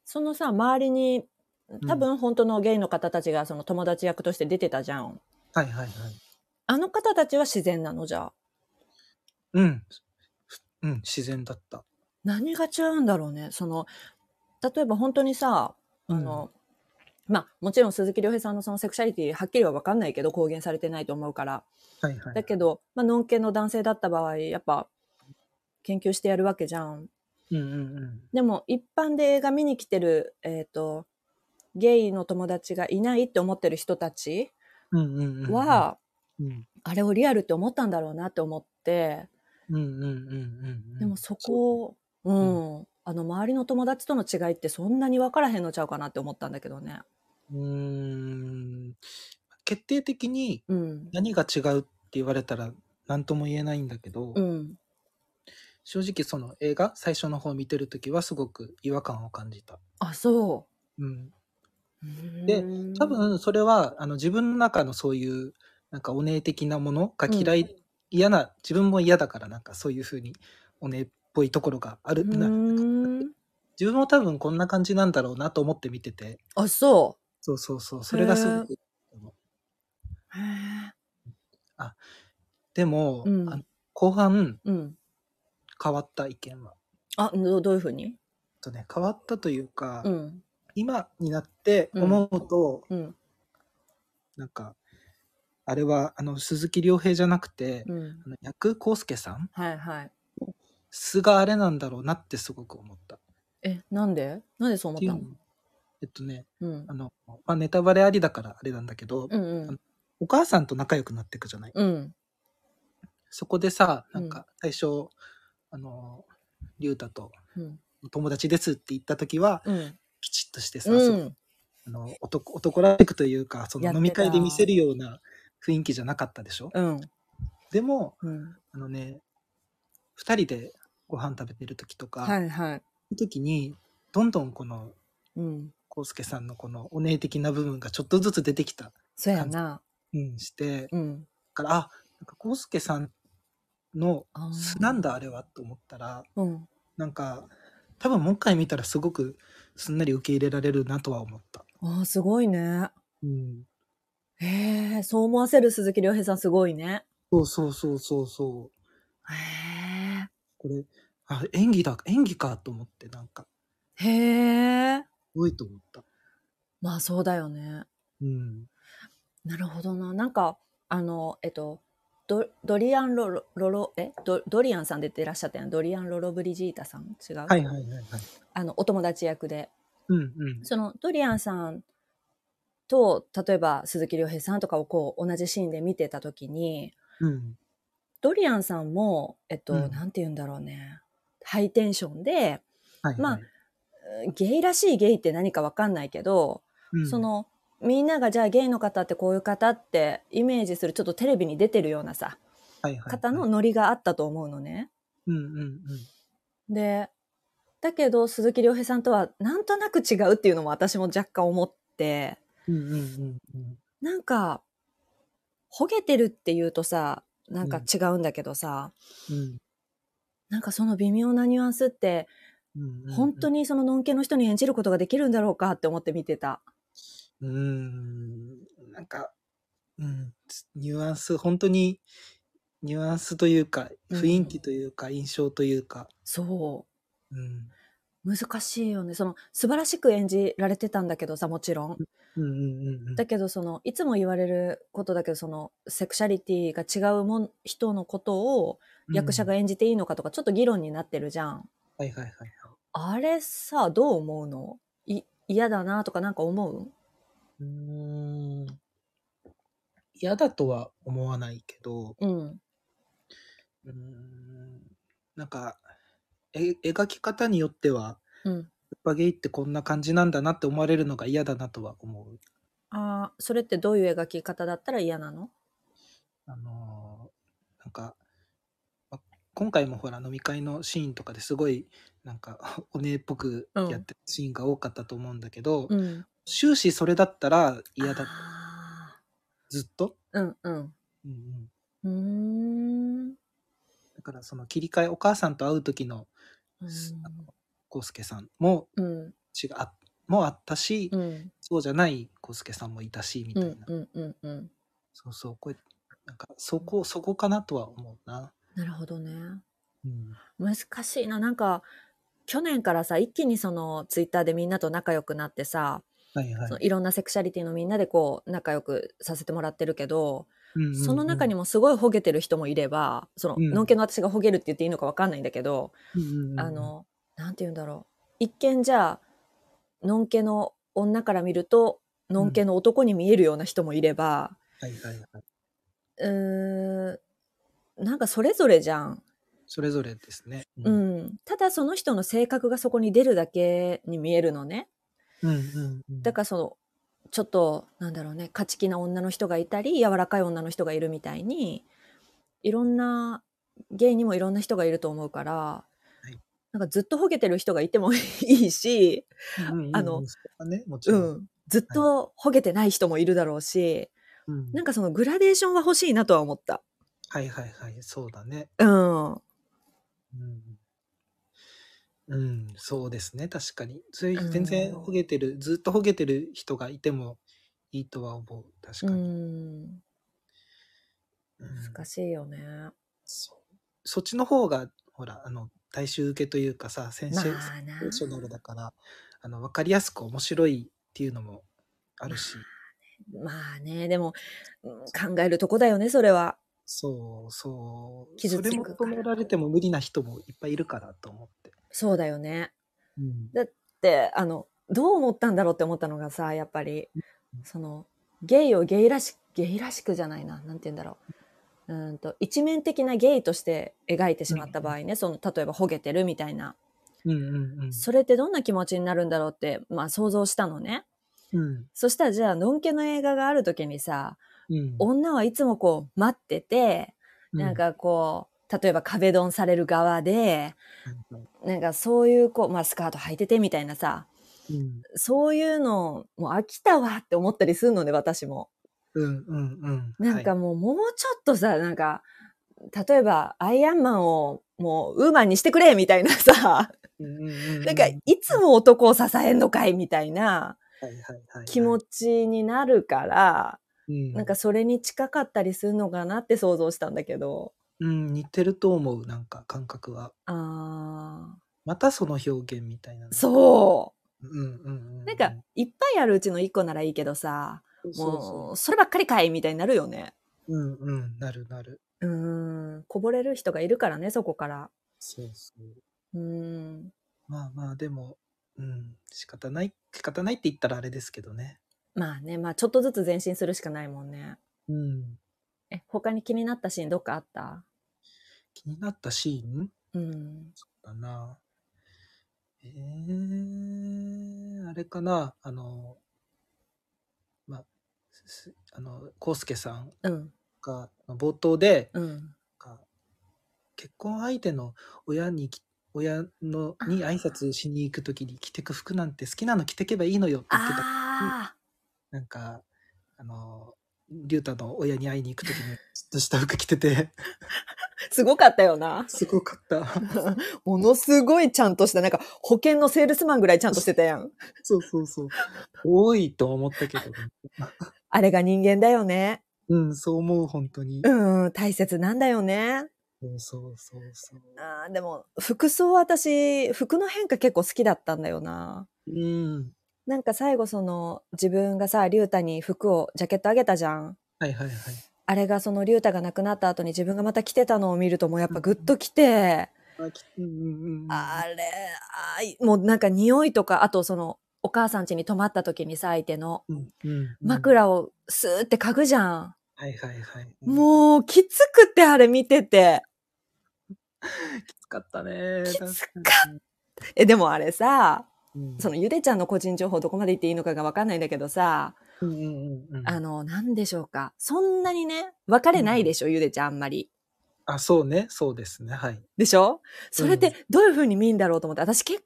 A: そのさ、周りに、多分本当のゲイの方たちがその友達役として出てたじゃん。
B: はいはいはい。
A: あの方たちは自然なのじゃあ。
B: うん。うん、自然だった。
A: 何が違うんだろうね。その、例えば本当にさ、あの、まあ、もちろん鈴木亮平さんのそのセクシャリティはっきりは分かんないけど公言されてないと思うから
B: うん、はいはい。
A: だけど、まあのんけの男性だった場合やっぱ研究してやるわけじゃん
B: うんうんうん。
A: でも一般で映画見に来てる、えっとゲイの友達がいないって思ってる人たち
B: うんうんうんうん。
A: は、
B: うん、
A: あれをリアルって思ったんだろうなって思って
B: うんうんうんうんうん。
A: でもそこを、う
B: うん
A: あの周りの友達との違いってそんなに分からへんのちゃうかなって思ったんだけどね。
B: うーん。決定的に
A: うん、
B: 何が違うって言われたら何とも言えないんだけど、
A: うん
B: 正直その映画最初の方見てる時はすごく違和感を感じた。
A: あそ
B: うん、
A: う。
B: で
A: うん
B: 多分それはあの自分の中のそういうなんかお姉的なものが嫌い、嫌な自分も嫌だからなんかそういうふうにお姉っぽいところがある、な
A: うん
B: 自分も多分こんな感じなんだろうなと思って見てて
A: あそ
B: そうそうそうそれがすごく
A: う。へえ
B: でも、
A: うん
B: あの後半
A: うん、
B: 変わった意見は
A: あどどういうふうに、
B: と、ね、変わったというか、
A: うん
B: 今になって思うと、
A: うん
B: なんかあれはあの鈴木亮平じゃなくて、
A: うん、
B: あの役康介さん
A: はいはい。
B: 素があれなんだろうなってすごく思った。
A: えなんでなんでそう
B: っ
A: 思
B: て
A: った
B: いうの
A: の
B: もえっとね、
A: うん
B: あの、まあ、ネタバレありだからあれなんだけど、
A: うんうん
B: お母さんと仲良くなっていくじゃない。
A: うん
B: そこでさ、なん
A: うん
B: か最初、あの、竜太と
A: うん
B: 友達ですって言った時は、
A: うん
B: きちっとしてさ、
A: う
B: そうんあの男男らしくというか、そ
A: や
B: の
A: ってた
B: 飲み会で見せるような雰囲気じゃなかったでしょ。
A: うん
B: でも、
A: うん
B: あのね、二人でご飯食べてる時とか、
A: はいはい
B: その時に、どんどんこの、
A: うん
B: 康介さんのこのお姉的な部分がちょっとずつ出てきた、
A: そうやな
B: うん、して、
A: うん
B: から、あ、なんか、康介さんの
A: あー
B: 素なんだ、あれはと思ったら、
A: うん
B: なんか、多分もう一回見たらすごくすんなり受け入れられるなとは思った。
A: あーすごいね
B: うん。
A: へえそう思わせる鈴木亮平さんすごいね
B: そうそうそうそうそう。
A: へ
B: これ、あ、演技だ、演技かと思って、なんか、
A: えへえ
B: すごいと思った。
A: まあそうだよね
B: うん。
A: なるほどななんかあのえっとドドリアンロロロロえドドリアンさん出てらっしゃったやんドリアン・ロロブリジータさん違う、
B: はいはいはいはい。
A: あのお友達役で
B: うんうん。
A: そのドリアンさんと例えば鈴木亮平さんとかをこう同じシーンで見てた時に
B: うん。
A: ドリアンさんもえっと、
B: うん
A: なんて言うんだろうねハイテンションで
B: はい、はい。
A: まあうんゲイらしいゲイって何かわかんないけど、
B: うん
A: そ、のみんながじゃあゲイの方ってこういう方ってイメージするちょっとテレビに出てるようなさ
B: はいはいはい
A: 方の、ノリがあったと思うのね。
B: うんうんうん。
A: でだけど鈴木亮平さんとはなんとなく違うっていうのも私も若干思って。
B: うんうんうんうん。
A: なんか、ほげてるっていうとさ、なんか
B: うん
A: 違うんだけどさ、
B: うん
A: なんかその微妙なニュアンスって、
B: うんうん。
A: 本当にそののんけの人に演じることができるんだろうかって思って見てた。
B: うーん、なんか、うん、ニュアンス、本当に、ニュアンスというか、
A: うん
B: 雰囲気というか、印象というか、
A: そ
B: うん、
A: う。難しいよね。その、素晴らしく演じられてたんだけどさ、もちろん。
B: うん、うん、うんうん。
A: だけど、その、いつも言われることだけど、その、セクシャリティが違うもん人のことを役者が
B: うん
A: 演じていいのかとか、ちょっと議論になってるじゃん。
B: はいはいはい。
A: あれさ、どう思うのい嫌だなとかなんか思う
B: うーん、嫌だとは思わないけど、
A: うん。
B: うーん、なんか、え描き方によっては、
A: うん。
B: やっぱゲイってこんな感じなんだなって思われるのが嫌だなとは思う。
A: ああ、それってどういう描き方だったら嫌なの
B: あのーなんか、ま今回もほら飲み会のシーンとかですごいなんか お姉っぽく
A: うん
B: やってるシーンが多かったと思うんだけど、
A: うん。
B: 終始それだったら嫌だ
A: あ
B: ずっと、
A: ーうんうん。
B: うんうん、
A: うーん。
B: だからその切り替えお母さんと会う時のすあの康介さんも
A: うん。
B: 違うあもあったし、
A: うん。
B: そうじゃない康介さんもいたしみ
A: う
B: たいな、
A: ん。うん。うん。うん。
B: そうそうこれなんかそこそこかなとは思うな。
A: なるほどね。
B: うん
A: 難しいな。なんか、去年からさ、一気にその、ツイッターでみんなと仲良くなってさ、
B: はいはい
A: そのいろんなセクシャリティのみんなでこう、仲良くさせてもらってるけど、
B: うんうんうん
A: その中にもすごいほげてる人もいれば、その、
B: うん
A: のんけの私がほげるって言っていいのかわかんないんだけど、
B: うんうんうん
A: あの、なんて言うんだろう一見じゃあのんけの女から見るとのんけの男に見えるような人もいれば、
B: はいはいはい。
A: うーんなんかそれぞれじゃん、
B: それぞれですね。う
A: う。ん、ただその人の性格がそこに出るだけに見えるのね
B: うんうんうん。
A: だからそのちょっとなんだろうね勝ち気な女の人がいたり柔らかい女の人がいるみたいにいろんなゲイにもいろんな人がいると思うから、
B: い
A: なんかずっとほげてる人がいてもいいし、
B: うんうんうん、
A: あの
B: それはね、もち
A: う
B: ろん。
A: ん、ずっとほげてない人もいるだろうし、
B: うん
A: なんかそのグラデーションは欲しいなとは思った。
B: はいはいはい、そうだね。
A: うん、
B: うん、うん、そうですね、確かに。それ
A: うん
B: 全然ほげてる、ずっとほげてる人がいてもいいとは思う、確
A: う
B: かに。
A: ん
B: うん
A: 難しいよね。
B: そうそっちの方が、ほら、あの、大衆受けというかさ、セン
A: ま
B: セ
A: あな
B: センショナルだから、あの、わかりやすく面白いっていうのもあるし、
A: まあねでも、うん考えるとこだよねそれは。
B: そうそう、
A: 傷
B: それ
A: つくから
B: 求められても無理な人もいっぱいいるからと思って。
A: そうだよね。
B: うん
A: ってあのどう思ったんだろうって思ったのがさやっぱりそのゲイをゲイらしゲイらしくじゃないななんて言うんだろううーんと一面的なゲイとして描いてしまった場合ね、その例えば「ほげてる」みたいな
B: うんうんうん。
A: それってどんな気持ちになるんだろうって、まあ、想像したのね
B: うん
A: そしたらじゃあのんけの映画がある時にさ
B: うん
A: 女はいつもこう待っててなん、かこう例えば壁ドンされる側で
B: うん
A: なんかそういうこう、まあ、スカート履いててみたいなさ
B: うん
A: そういうの、もう飽きたわって思ったりするのね、私も。
B: うんうんうん。
A: なんか
B: はい、
A: もう、もうちょっとさ、なんか、例えば、アイアンマンをもう、ウーマンにしてくれみたいなさ、
B: うんうんうんうん
A: なんか、いつも男を支えんのかいみたいな
B: はいはいはい
A: 気持ちになるから、
B: うん、
A: なんかそれに近かったりするのかなって想像したんだけど、
B: うん、似てると思う、なんか感覚は。
A: あ
B: またその表現みたいなの。
A: ー、そ
B: うんうんうん。
A: う。なんか、いっぱいあるうちの一個ならいいけどさ、
B: そう
A: も、
B: そう
A: そればっかりかいみたいになるよね。
B: う。うんうん、なるなる。
A: うーんこぼれる人がいるからねそこから
B: そうそ
A: うー
B: う。
A: ん
B: まあまあ、でも、うん、仕方ない、仕方ないって言ったらあれですけどね。
A: まあねまあちょっとずつ前進するしかないもんね
B: うん。
A: え他に気になったシーンどっかあった
B: 気になったシーン
A: うん
B: だな。えー、あれかな、あの、まあ、すあの、康介さん
A: うん
B: が冒頭で、
A: うん
B: なんか結婚相手の親にき親のに挨拶しに行く時に着てく服なんて好きなの着てけばいいのよって言ってた
A: あ
B: なんかあの竜太の親に会いに行く時にちょっとした服着てて
A: ーすごかったよな
B: すごかった
A: ものすごいちゃんとしたなんか保険のセールスマンぐらいちゃんとしてたやん
B: そうそうそう多いと思ったけど
A: あれが人間だよね
B: うんそう思う本当に
A: うん大切なんだよね
B: そうそうそうそう
A: あーでも服装私服の変化結構好きだったんだよな
B: うん
A: なんか最後その自分がさ竜太に服をジャケットあげたじゃん
B: はいはいはい
A: あれがその竜太が亡くなった後に自分がまた着てたのを見るともうやっぱグッときて、
B: あきうんうんうん
A: あれあいもうなんか匂いとかあとそのお母さん家に泊まった時にさ相手の
B: うんうん
A: 枕をスーって嗅ぐじゃん、
B: はいはいはいうん
A: もうきつくてあれ見てて
B: きつかったね
A: きつかっ
B: 確に
A: えでもあれさ
B: うん
A: そのゆでちゃんの個人情報どこまで言っていいのかがわかんないんだけどさ
B: うんうんうんうん
A: あの何でしょうかそんなにね別れないでしょ、ゆでちゃんあんまり。
B: あ、そうね、そうですね、はい。
A: でしょそれっ
B: うん
A: てどういうふうに見んだろうと思って、私け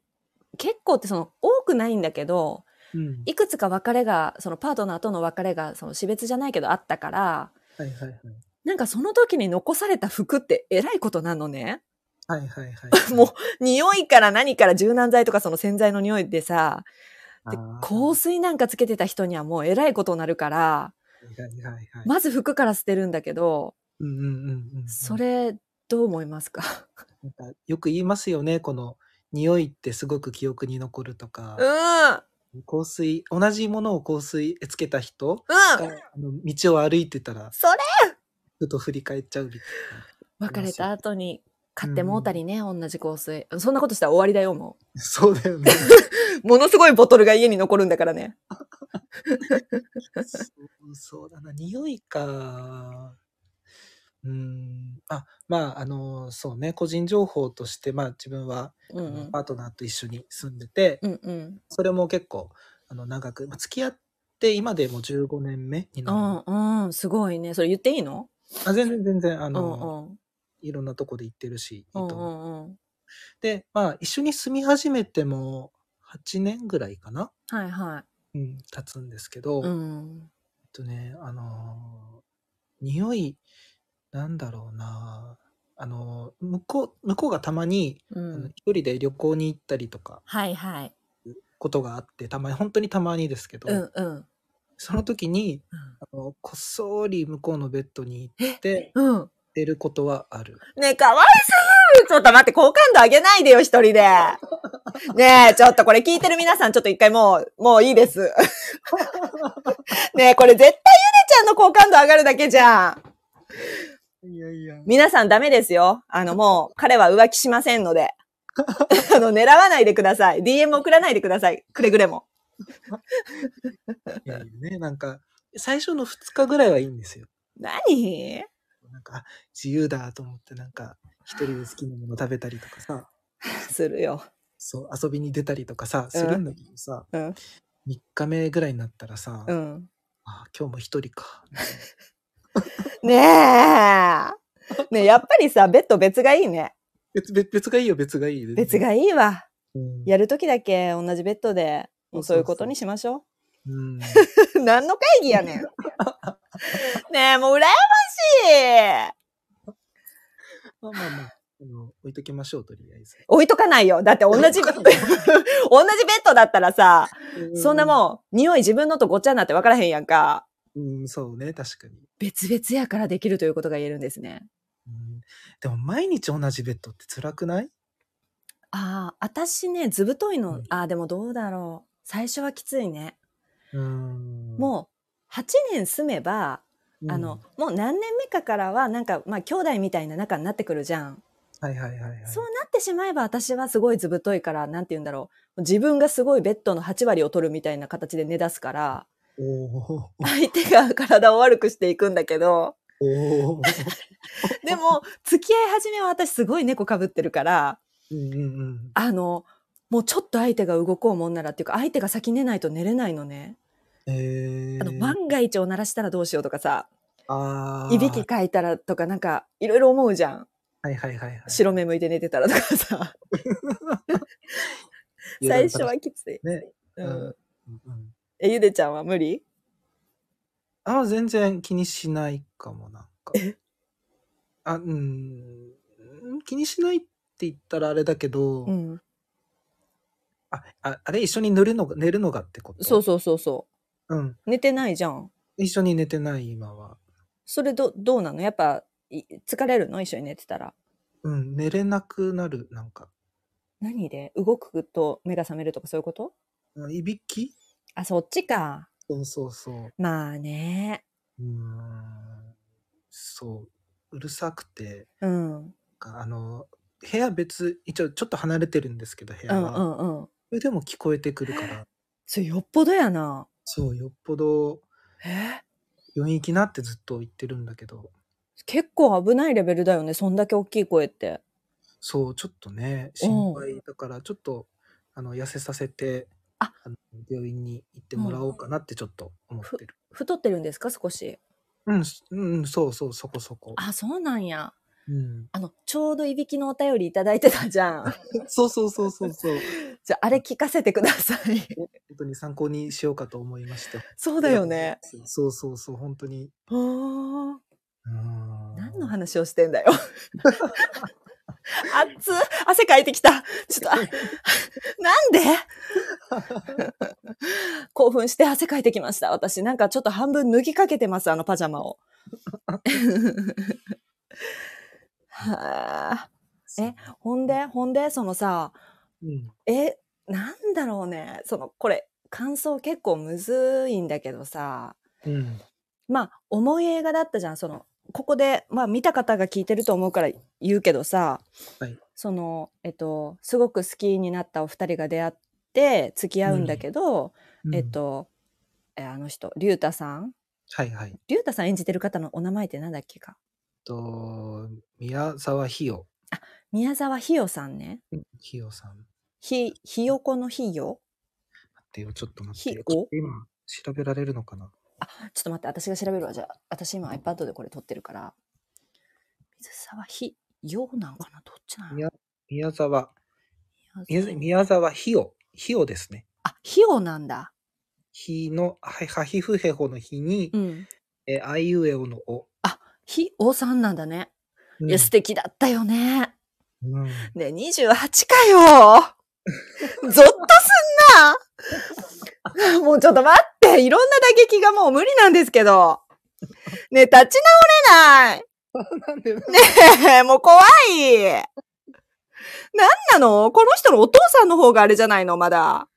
A: 結構ってその多くないんだけど
B: うん、
A: いくつか別れがそのパートナーとの別れがその死別じゃないけどあったから
B: はいはいはい。
A: なんかその時に残された服ってえらいことなのね。
B: はいはいはい。
A: もう匂いから何から柔軟剤とかその洗剤の匂いでさで
B: あー
A: 香水なんかつけてた人にはもうえらいことになるから
B: はいはいはいはい。
A: まず服から捨てるんだけど
B: うんうんうんうん。
A: そ。れどう思いますか
B: なんかよく言いますよね、この匂いってすごく記憶に残るとか
A: う、んうん
B: 香水、同じものを香水つけた人が、あの道を歩いてたら、
A: それ
B: ふと振り返っちゃうみたいな。
A: 別れた後に買ってもうたりね、同じ香水そんなことしたら終わりだよも
B: そうだよね。
A: うものすごいボトルが家に残るんだからね
B: そうそうだな、匂いか。うん。あ、まあ、あの、そうね、個人情報として、まあ、自分は、
A: うんうん
B: パートナーと一緒に住んでて、
A: うんうん
B: それも結構、あの、長く、まあ、付き合って、今でも15年目に
A: う
B: なる。
A: んうんすごいねそれ言っていいの
B: あ全然全然、あ
A: うんう
B: の、
A: ん
B: いろんなとこで行ってるし、いいと
A: うん
B: 思う
A: うんうん
B: で、まあ、一緒に住み始めても、8年ぐらいかな
A: はいは
B: うん、経つんですけど、
A: いうん
B: えっとね、あのー匂い、なんだろうな。あのー向こう、向こうがたまに、
A: う
B: あの
A: ん
B: 一人で旅行に行ったりとか、
A: はいはい
B: ことがあって、たまに、本当にたまにですけど、
A: うんうん
B: その時に、あのこっそり向こうのベッドに行って、
A: うん
B: 出ることはある。
A: ねえ、かわいそうちょっと待って、好感度上げないでよ、一 人で。ねえ、ちょっとこれ聞いてる皆さん、ちょっと一回もう、もういいです。 ねえ、これ絶対ゆでちゃんの好感度上がるだけじゃん。
B: いやいや。
A: 皆さんダメですよ。あのもう、彼は浮気しませんので。 あの、狙わないでください。DM 送らないでください。くれぐれも。
B: いやいやね、なんか、最初の2日ぐらいはいいんですよ。
A: 何
B: なんか、あ自由だと思って、なんか、一人で好きなもの食べたりとかさ、
A: するよ。
B: そう、遊びに出たりとかさ、するんだけどさ、
A: うん。
B: 3日目ぐらいになったらさ、
A: うん。
B: あ今日も一人か。
A: ねえ。ねえ、やっぱりさ、ベッド別がいいね。
B: 別別別がいいよ、別がいいよ。
A: 別がいいわ。
B: うん
A: やるときだけ同じベッドで、もうそ
B: そうそうそう
A: ういうことにしましょ。
B: うん。い う
A: 何の会議やねん。ねえ、もう羨ましい。
B: まあまあまあ、あの置いときましょう、とりあえず。
A: 置いとかないよ。だって同じ、同 じベッドだったらさ、そんなもん、匂い自分のとごっちゃになって分からへんやんか。
B: うん。うん、そうね、確かに。
A: 別々やからできるということが言えるんですね。
B: うん、でも、毎日同じベッドって辛くない
A: ああ、私ね、図太いの
B: うん、
A: ああ、でもどうだろう。最初はきついね。
B: うん。
A: もう、8年住めば、
B: うん
A: あの、、もう何年目かからは、なんか、まあ、兄弟みたいな仲になってくるじゃん。
B: はいはいはい、はい。
A: そうなってしまえば私はすごいずぶといから、なんて言うんだろう。自分がすごいベッドの8割を取るみたいな形で寝出すから、
B: おー
A: 相手が体を悪くしていくんだけど、
B: おー
A: でも、付き合い始めは私すごい猫被ってるから、
B: うんうんうん。
A: あの、もうちょっと相手が動こうもんならっていうか、相手が先寝ないと寝れないのね。
B: えー、
A: あの、万が一を鳴らしたらどうしようとかさ、
B: あー
A: いびきかいたらとかなんか、いろいろ思うじゃん。
B: はいはいはいはい。
A: 白目向いて寝てたらとかさ、 最初はきつい。
B: ね。
A: う
B: うん
A: ん。
B: うんうん
A: え、ゆでちゃんは無理
B: ああ、全然気にしないかも、なんか。あ、うん、気にしないって言ったらあれだけど、
A: うん。
B: ああ、あれ一緒に寝るのが、寝るのがってこと
A: そうそうそうそう。
B: う。うん。
A: 寝てないじゃん。
B: 一緒に寝てない今は。
A: それどどうなのやっぱい疲れるの一緒に寝てたら。
B: うん、寝れなくなる、なんか。
A: 何で動くと目が覚めるとかそういうこと
B: うんいびき
A: あ、そっちか。
B: そうそうそう。
A: まあね。
B: うーん、そう。うるさくて、
A: うん。うん
B: なんかあの、部屋別、一応ちょっと離れてるんですけど、部
A: う
B: 屋は。
A: んうん。
B: それでも聞こえてくるから、
A: それよっぽどやな。
B: そう、よっぽど、
A: え
B: 余韻きなってずっと言ってるんだけど、
A: 結構危ないレベルだよね。そんだけ大きい声って。
B: そう、ちょっとね、心配だから、ちょっと、あの、痩せさせて、
A: あ
B: の病院に行ってもらおうかなってちょっと思ってる。
A: 太ってるんですか少し。
B: うん、うん、そうそう、そこそこ。
A: あ、そうなんや。
B: うん。
A: あの、ちょうどいびきのお便りいただいてたじゃ ん。
B: そうそうそうそう そう。
A: じゃあ、あれ聞かせてください。
B: 本当に参考にしようかと思いまして。
A: そうだよね。。
B: そうそうそう、本当に。
A: あー。
B: うーん
A: 何の話をしてんだよ。 熱っ汗かいてきた。ちょっと、あなんで 興奮して汗かいてきました。私、なんかちょっと半分脱ぎかけてます、あのパジャマを。はあ。えほんで、ほんで、そのさ、
B: うん。
A: え、なんだろうね。その、これ、感想結構むずいんだけどさ、
B: うん。
A: まあ、重い映画だったじゃん、その、ここで、まあ、見た方が聞いてると思うから言うけどさ、
B: はい
A: その、えっと、すごく好きになったお二人が出会って付き合うんだけど、
B: うん
A: えっ。と、えあの人竜太さん
B: はいはい。えっ
A: 竜太さん演じてる方のお名前って何だっけか
B: と、宮沢ひよ。
A: 宮沢ひよさんね
B: ひよさん。
A: ひ
B: 待
A: ひよこのひよ
B: ってよ、ちょっと待ってよ。
A: ひよ
B: これ今、調べられるのかな
A: ちょっと待って私が調べるわじゃあ私今 iPad でこれ撮ってるから水沢ひよなんかなどっちなんや
B: 宮宮沢。
A: 宮
B: 宮
A: 沢
B: 宮沢ひよ。ひよですね。
A: あひよなんだ
B: ひの、ははひふへほのひに、
A: うん
B: えーあいうえおのお。
A: ひおさんなんだねいや、素敵だったよね。
B: うんうん
A: ね、28か よ。ゾッとすんな。もうちょっと待って。いろんな打撃がもう無理なんですけど。ね、立ち直れない。
B: なんで、
A: ねえもう怖い。なんなのこの人のお父さんの方があれじゃないのまだ。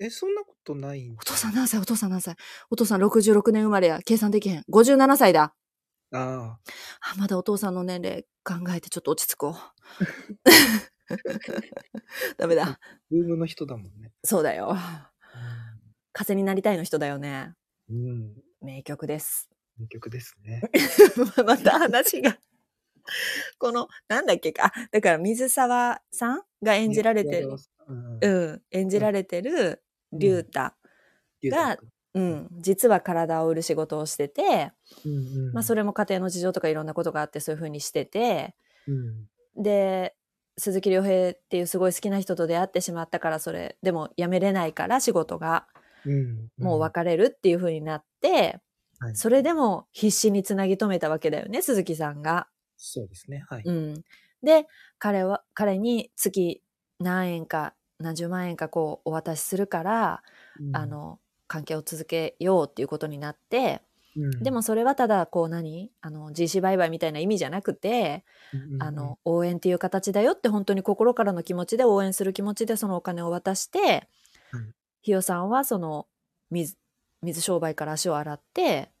B: え、そんなことないんだ
A: お父さん何歳お父さん何歳お父さん66年生まれや。計算できへん。57歳だ。
B: ああ。
A: あまだお父さんの年齢考えてちょっと落ち着こう。 ダメだ。
B: ブームの人だもんね。
A: そうだよ。風になりたいの人だよね。
B: うん。うん
A: 名曲 です。
B: 名曲ですね。
A: また話が。この、なんだっけか。あだから水沢さんが演じられてる、
B: うん
A: う。ん、演じられてる竜太、
B: 竜太くん
A: うん、実は体を売る仕事をしてて、
B: うんうん、
A: まあそれも家庭の事情とかいろんなことがあってそういう風にしてて、
B: うん。
A: で、鈴木亮平っていうすごい好きな人と出会ってしまったからそれ、でも辞めれないから仕事が、
B: うん。
A: もう別れるっていう風になって、
B: はい
A: それでも必死につなぎ止めたわけだよね、鈴木さんが。
B: そうですね。はい。
A: うん。で、彼は、彼に月何円か何十万円かこうお渡しするから、
B: うん
A: あ、の、関係を続けようっていうことになって、
B: うん
A: でも、それはただこう何あの、GC 売買みたいな意味じゃなくて、あの、応援っていう形だよって本当に心からの気持ちで応援する気持ちでそのお金を渡して、
B: うん
A: ひよさんはその水、水商売から足を洗って、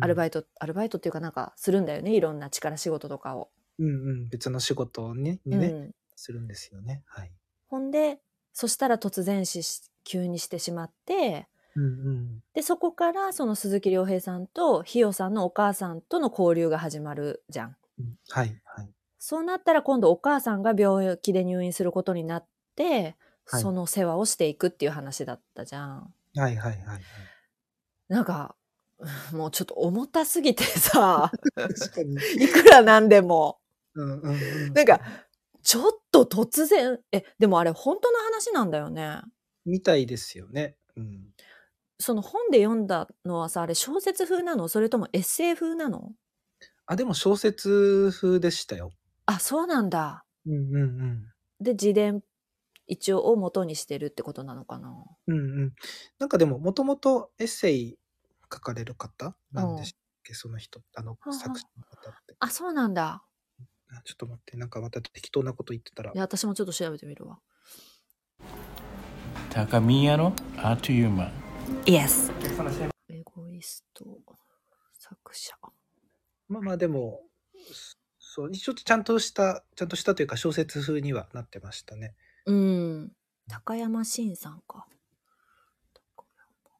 A: アル
B: イ
A: バイト、アルバイトっていうかなんかするんだよね。いろんな力仕事とかを。
B: ト。うんうん。別の仕事ににね、
A: うん
B: するんですよね。はい。
A: ほんで、そしたら突然死し、急にしてしまって、
B: うんうん。
A: で、そこからその鈴木亮平さんとひよさんのお母さんとの交流が始まるじゃん。
B: うんはい。はい。
A: そうなったら今度お母さんが病気で入院することになって、
B: はい
A: その世話をしていくっていう話だったじゃん。
B: はいはいはいはい。
A: なんか、 もうちょっと重たすぎてさ、
B: 確かに。
A: いくらなんでも。
B: うんうんうん。
A: なんか、ちょっと突然、え、でもあれ本当の話なんだよね。
B: みたいですよね。うん。
A: その本で読んだのはさ、あれ小説風なのそれともエッセイ風なの
B: あ、でも小説風でしたよ。
A: あ、そうなんだ。
B: うんうんうん。
A: で、自伝一応を元にしてるってことなのかな
B: うんうん。なんかでも、もともとエッセイ書かれる方なんでしたっけ、その人、あの
A: は、は
B: 作者の方って。
A: あ、そうなんだ。
B: あちょっと待って、なんかまた適当なこと言ってたら
A: い。や、私もちょっと調べてみるわ。
C: 高宮のあっという間
A: Yes。エゴイスト作者。
B: まあまあでも、そそう、ちょっとちゃんとした、ちゃんとしたというか小説風にはなってましたね。
A: うん。高山真さんか。高山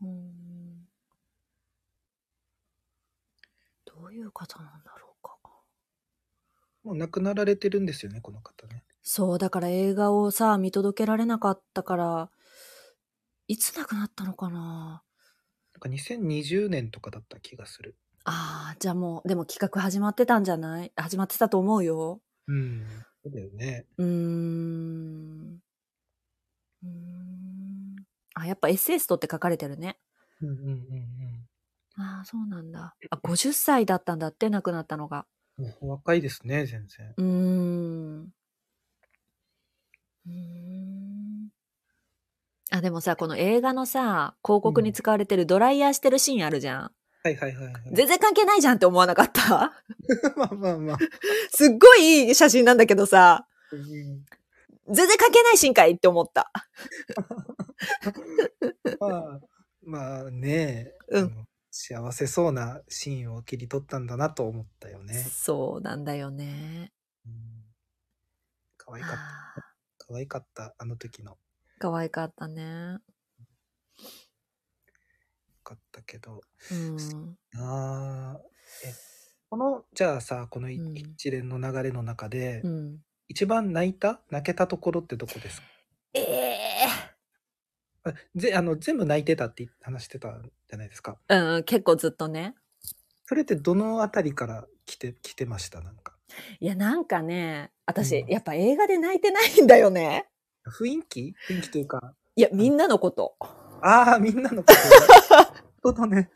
A: うーん。どういう方なんだろうか。
B: もう亡くなられてるんですよね、この方ね。
A: そう、だから映画をさ、見届けられなかったから、いつ亡くなったのかな
B: なんか2020年とかだった気がする。
A: ああ、じゃあもう、でも企画始まってたんじゃない始まってたと思うよ。
B: うん。そうだよね。
A: うーん。うーん。あ、やっぱエッセイストって書かれてるね。
B: うんうんうん
A: ああ、そうなんだ。あ、50歳だったんだって、亡くなったのが。
B: うん。もうお若いですね、全然。
A: うーん。うーん。あ、でもさ、この映画のさ、広告に使われてるドライヤーしてるシーンあるじゃん。
B: はいはいはい、はい。
A: 全然関係ないじゃんって思わなかった
B: まあまあまあ。
A: すっごいいい写真なんだけどさ、
B: うん
A: 全然関係ないシーンかいって思った。
B: まあ、まあね
A: うん
B: あの幸せそうなシーンを切り取ったんだなと思ったよね。
A: そうなんだよね。
B: うん可愛かった。
A: あー
B: 可愛かった。あの時の。よ
A: 可愛かったね。
B: かったけど。
A: うん。
B: ああ。え、この、じゃあさ、このい
A: うん
B: 一連の流れの中で、
A: うん、
B: 一番泣いた泣けたところってどこですか
A: ええ
B: あぜあの全部泣いてたって話してたじゃないですか。
A: うん、結構ずっとね。
B: それってどのあたりから来て、来てましたなんか。
A: いや、なんかね、私、
B: うん
A: やっぱ映画で泣いてないんだよね。
B: 雰囲気雰囲気というか、
A: いや、みんなのこと。
B: ああ、みんなのこと。 ことね。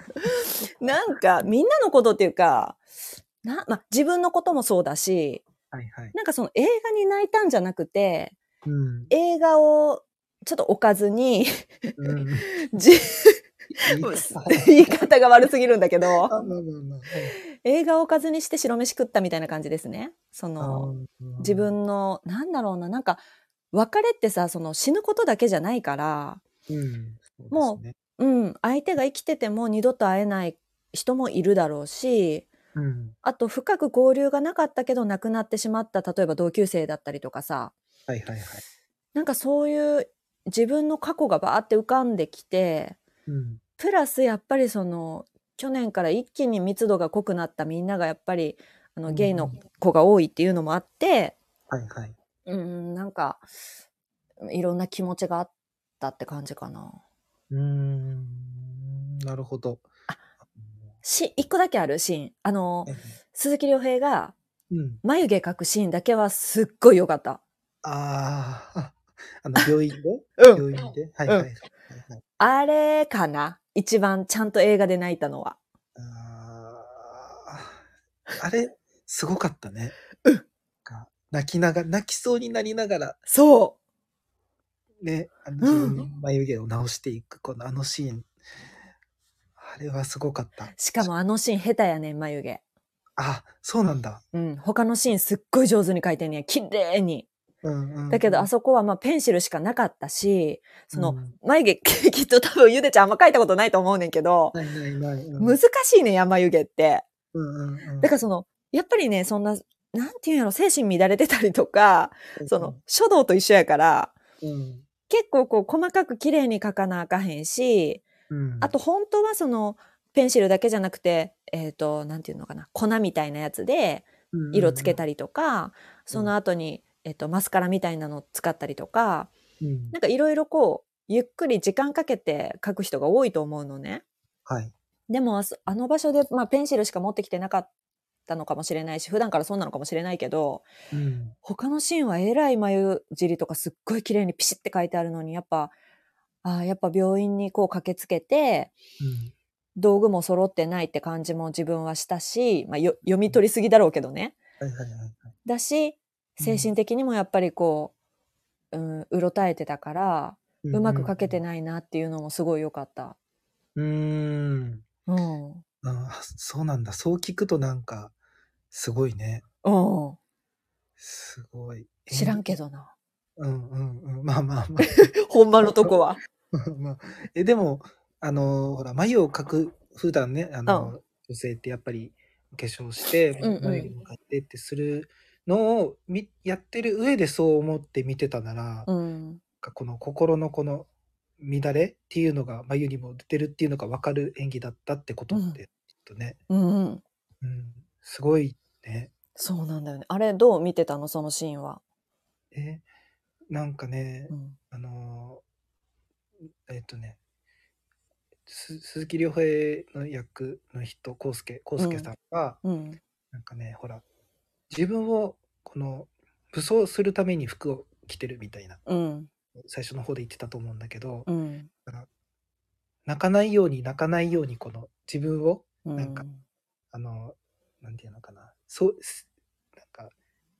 A: なんか、みんなのことっていうか、な、まあ、自分のこともそうだし、
B: はいはい。
A: なんかその映画に泣いたんじゃなくて、
B: うん。
A: 映画をちょっと置かずに、
B: うん。
A: じ
B: 言い方
A: 言い方が悪すぎるんだけど、
B: あまあまあまあ
A: 映画を置かずにして白飯食ったみたいな感じですね。その、
B: うん
A: 自分の、なんだろうな、なんか、別れってさ、その死ぬことだけじゃないから、
B: うんそう
A: もう
B: ですね
A: うん、相手が生きてても二度と会えない人もいるだろうし、
B: うん
A: あと深く交流がなかったけど亡くなってしまった、例えば同級生だったりとかさ、
B: はいはいはい。
A: なんかそういう自分の過去がバーって浮かんできて、
B: うん。
A: プラスやっぱりその、去年から一気に密度が濃くなったみんながやっぱり、あの、ゲイの子が多いっていうのもあって、
B: はいはい。
A: うん、なんか、いろんな気持ちがあったって感じかな。
B: うーん。なるほど。
A: し、一個だけあるシーン。あの、鈴木亮平が、
B: うん。
A: 眉毛描くシーンだけはすっごい良かった。
B: あ あ。あの、病院で
A: うん。
B: 病院ではいはいはいはい。
A: あれかな一番ちゃんと映画で泣いたのは。
B: あーあれ、すごかったね。が泣きながら、泣きそうになりながら、
A: そ
B: ね、あの
A: う
B: 自
A: ん
B: 分の眉毛を直していく、このあのシーン。あれはすごかった。
A: うしかもあのシーン下手やねん、眉毛。
B: あ、そうなんだ。
A: うん。他のシーンすっごい上手に描いてんねん。綺麗に。
B: うんうん、
A: だけど、あ
B: そ
A: そこはまあペンシルしかなかったし、その、
B: うん
A: 眉毛 きっと多分ゆでちゃんあんま描いたことないと思うねんけど、
B: ないないない。うん
A: 難しいねん、や眉毛って。
B: うんうんうん
A: だからその、やっぱりね、そんな、なんていうんやろ、精神乱れてたりとか、その、、書道と一緒やから、
B: うん
A: 結構こう細かく綺麗に描かなあかへんし、
B: うん、
A: あと本当はそのペンシルだけじゃなくて、えっ、と、なんていうのかな、粉みたいなやつで色つけた
B: り、
A: りとか、その後に、えっ、と、マスカラみたいなの使ったりとか、
B: うん
A: なんかいろいろこう、ゆっくり時間かけて描く人が多いと思うのね。
B: はい。
A: でもあそ、あの場所で、まあ、ペンシルしか持ってきてなかったのかもしれないし、普段からそうなのかもしれないけど、
B: うん
A: 他のシーンはえらい眉尻とかすっごい綺麗にピシッて書いてあるのに、やっぱ、ああ、やっぱ病院にこう駆けつけて、
B: うん
A: 道具も揃ってないって感じも自分はしたし、まあ、よ読み取りすぎだろうけどね。
B: はいはいはいはい。
A: だし、精神的にもやっぱりこう、うん、うろたえてたから、
B: う
A: うまく書けて
B: ない。
A: ないなっていうのもすごい良かった。
B: うーん。
A: うん。うん。
B: あそうなんだ。そう聞くとなんか、すごいね。すごい。
A: 知らんけどな。
B: うんうんうん。まあまあま
A: 本場のとこは。
B: あ。 まあ、えでも、あの、ほら、眉を描く、普段ね、あの、女性ってやっぱり化粧して、
A: うんうん
B: 眉を描いてってするのをみやってる上でそう思って見てたなら、
A: うん。
B: かこの心のこの乱れっていうのが眉にも出てるっていうのが分かる演技だったってことって、きっとね、
A: うんうん。
B: うん、すごいね。
A: そうなんだよね。あれ、どう見てたのそのシーンは。
B: えなんかね、
A: うん。
B: あのーえっとねす鈴木亮平の役の人康介康介さんが、
A: うん。
B: なんかねほら自分をこの武装するために服を着てるみたいな
A: うん。
B: 最初の方で言ってたと思うんだけど、
A: うん。
B: 泣かないように泣かないようにこの自分を
A: うん。
B: なんかあの、なんていうのかな、そう、すなんか、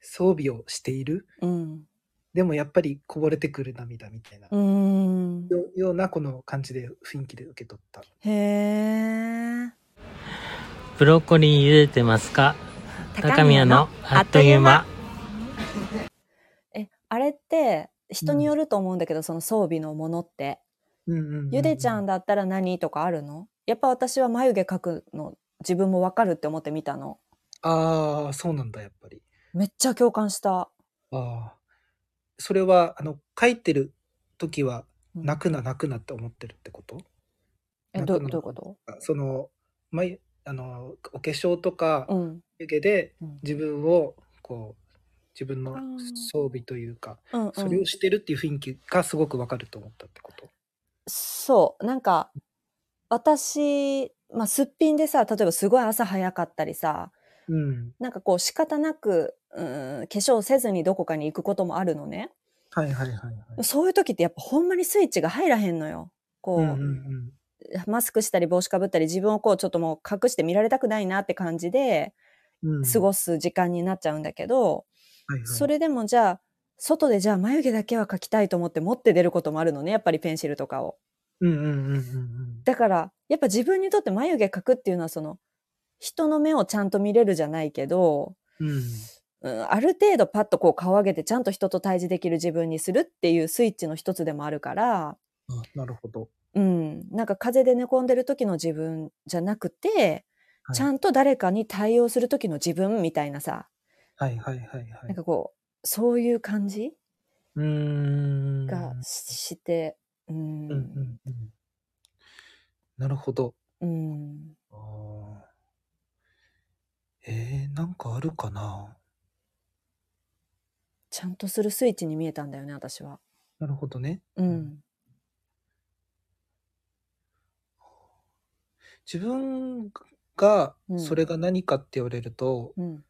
B: 装備をしている。
A: うん。
B: でもやっぱりこぼれてくる涙みたいな、
A: うん。
B: よようなこの感じで雰囲気で受け取った。
A: へえ。
D: ブロッコリー茹でてますか高宮のあっという間。
A: え、あれって人によると思うんだけど、その装備のものって。
B: うんうんうん
A: ゆでちゃんだったら何とかあるのやっぱ私は眉毛描くの自分もわかるって思って見たの
B: ああ、そうなんだ、やっぱり。
A: めっちゃ共感した、
B: ああ。それは、あの、書いてる時は、
A: うん
B: 泣くな、泣くなって思ってるってこと
A: え
B: なん
A: ど
B: か
A: どういうこと
B: あその、眉、あの、お化粧とか、
A: うん
B: 眉毛で
A: うん
B: 自分を、こう、自分の
A: あー
B: 装備というか、
A: うんう
B: それ
A: ん
B: をしてるっていう雰囲気がすごくわかると思ったってこと。
A: そうなんか私、まあ、すっぴんでさ例えばすごい朝早かったりさ
B: うん。
A: なんかこう仕方なくうん化粧せずにどこかに行くこともあるのね
B: はいはいはいはい。
A: そういう時ってやっぱほんまにスイッチが入らへんのよこう、
B: うんうん
A: マスクしたり帽子かぶったり自分をこうちょっともう隠して見られたくないなって感じで
B: うん。うん
A: 過ごす時間になっちゃうんだけど、
B: はいはい
A: それでもじゃあ外でじゃあ眉毛だけは描きたいと思って持って出ることもあるのねやっぱりペンシルとかを。
B: うんうんうんうんうん。
A: だからやっぱ自分にとって眉毛描くっていうのはその人の目をちゃんと見れるじゃないけど、
B: うん。
A: うん、ある程度パッとこう顔上げてちゃんと人と対峙できる自分にするっていうスイッチの一つでもあるから、
B: あなるほど。
A: うん、なんか風邪で寝込んでる時の自分じゃなくて、
B: はい
A: ちゃんと誰かに対応する時の自分みたいなさ
B: はいはいはいはい。
A: なんかこうそういう感じ
B: うーん。
A: がしして、うん
B: うんうんうん。なるほど。
A: うん、
B: あーえー、なんかあるかな
A: ちゃんとするスイッチに見えたんだよね私は。
B: なるほどね。
A: うん
B: ん自分が
A: うん
B: それが何かって言われると
A: うん、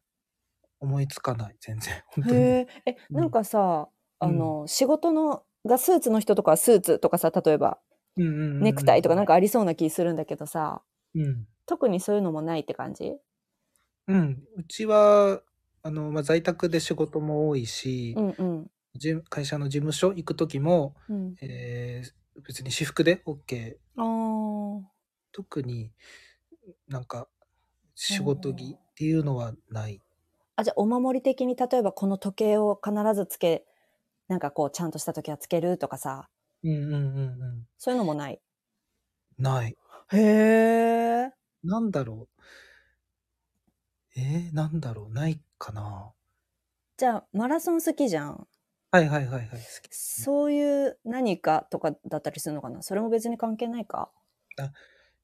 B: 思いつかない、全然。本当に。
A: へーえなんかさ、
B: うん
A: あの仕事のがスーツの人とかはスーツとかさ例えば
B: うんうんうんうん
A: ネクタイとかなんか、ありそうな気するんだけどさ、
B: うん。
A: 特にそういうのもないって感じ
B: うん。うちは、あの、まあ、在宅で仕事も多いし、
A: うんうん
B: じゅ会社の事務所行く時も、
A: うん
B: えー別に私服で OK
A: あー
B: 特になんか仕事着っていうのはない。
A: あじゃあお守り的に例えばこの時計を必ずつけなんかこうちゃんとした時はつけるとかさ
B: うんうんうんうん。
A: そういうのもない
B: ない。
A: へえ
B: なんだろう。えー、なんだろう。ないかな。
A: じゃあマラソン好きじゃん
B: はいはいはいはい。好き。
A: そういう何かとかだったりするのかなそれも別に関係ないか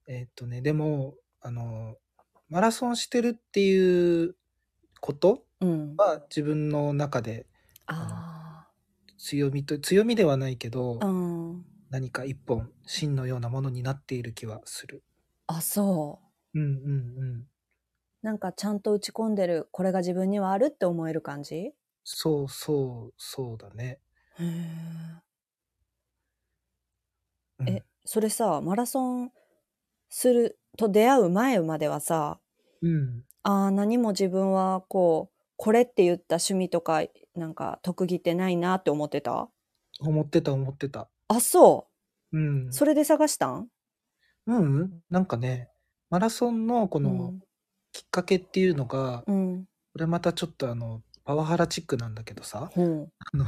B: えーっとね、でも、あの、マラソンしてるっていうこと
A: うん
B: は自分の中で
A: あ
B: 強みと、強みではないけど
A: あ、うん
B: 何か一本芯のようなものになっている気はする。
A: あそう
B: うんうんうん。
A: なんかちゃんと打ち込んでるこれが自分にはあるって思える感じ
B: そうそう、そうだね。
A: へ
B: うん
A: えそれさマラソンすると出会う前まではさ
B: うん。
A: あー何も自分はこうこれって言った趣味とかなんか特技ってないなって思ってた
B: 思ってた思ってた。
A: あそ
B: うん。
A: うそれで探したん、
B: うんうん。なんかね、マラソンのこのきっかけっていうのが、
A: うん、うん
B: これまたちょっとあの、パワハラチックなんだけどさ、
A: ほう
B: あの、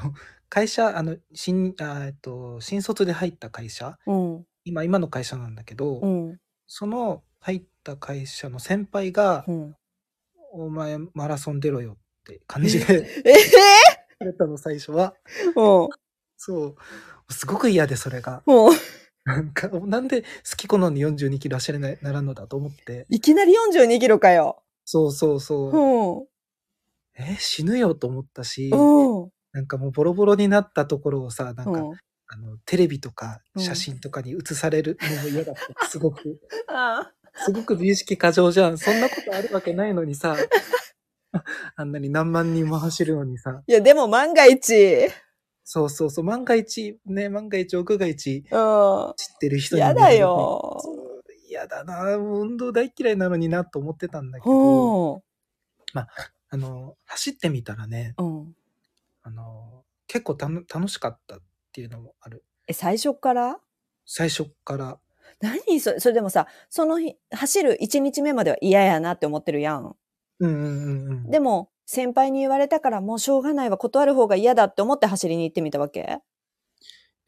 B: 会社、あの、新、あえっと、新卒で入った会社、
A: うん
B: 今、今の会社なんだけど、
A: うん
B: その入った会社の先輩が、
A: うん
B: お前マラソン出ろよって感じで
A: ええ
B: 言われたの、最初は。
A: も
B: そう。すごく嫌で、それが。
A: うもう
B: なんか、なんで好き好んで42キロ走れないならんのだと思って。
A: いきなり42キロかよ。
B: そうそうそう。
A: うん。
B: えー死ぬよと思ったし、
A: うん。うん。
B: なんかもうボロボロになったところをさ、なんか、
A: あ
B: あのテレビとか
A: うん
B: 写真とかに映されるのも嫌だった。すごく、
A: あ
B: すごく美意識過剰じゃん。そんなことあるわけないのに さ、あんなに何万人も走るのにさ、
A: いや、でも万が一。
B: そうそうそう、万が一、ね、万が一、屋外一、
A: うん。
B: 知ってる人に見ら
A: や
B: れた
A: だ
B: り。
A: よ。
B: そう嫌だな、もう運動大嫌いなのになと思ってたんだけど、
A: ほ
B: あの、走ってみたらね、
A: う。うん。
B: あの、結構たの楽しかったっていうのもある。
A: え、最初から
B: 最初から。
A: 何それ、それでもさ、その日、走る1日目までは嫌やなって思ってるやん。
B: うんうんうんうん。
A: でも、先輩に言われたからもうしょうがないわ、断る方が嫌だって思って走りに行ってみたわけ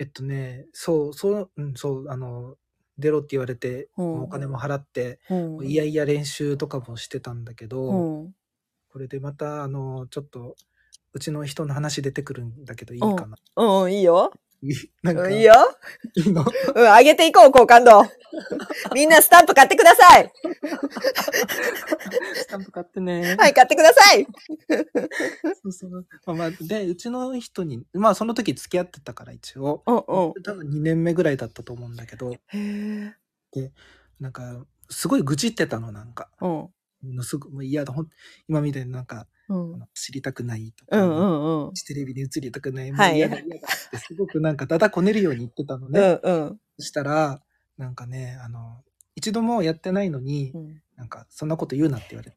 B: えっとね、そう、そう、うん、そう、あの、出ろって言われて、
A: うん
B: もうお金も払って、
A: うん
B: いやいや練習とかもしてたんだけど、
A: うん
B: これでまた、あの、ちょっと、うちの人の話出てくるんだけど、いいかな。
A: うん、いいよ。
B: いい なん
A: う
B: か、
A: んいいよ。
B: いいの
A: うん、上げていこう、好感度。みんなスタンプ買ってください。
B: スタンプ買ってね。
A: はい、買ってください。
B: そうそうまあまあ、で、うちの人に、まあ、その時付き合ってたから、一応。
A: うん
B: 多分2年目ぐらいだったと思うんだけど、
A: ん。へえ。
B: なんか、すごい愚痴ってたの、なんか。
A: うん。
B: ものすごく、もう嫌だ、ほん今みたいになんか、
A: うん。う
B: あ
A: ん
B: の知りたくないと
A: う
B: か、
A: んうん。
B: テレビに映りたくない、もう
A: はい
B: 嫌だ、嫌だって、すごくなんか、だだこねるように言ってたの
A: う
B: ね。
A: んうん。
B: そしたら、なんかね、あの、一度もやってないのに、
A: うん
B: なんか、そんなこと言うなって言われて。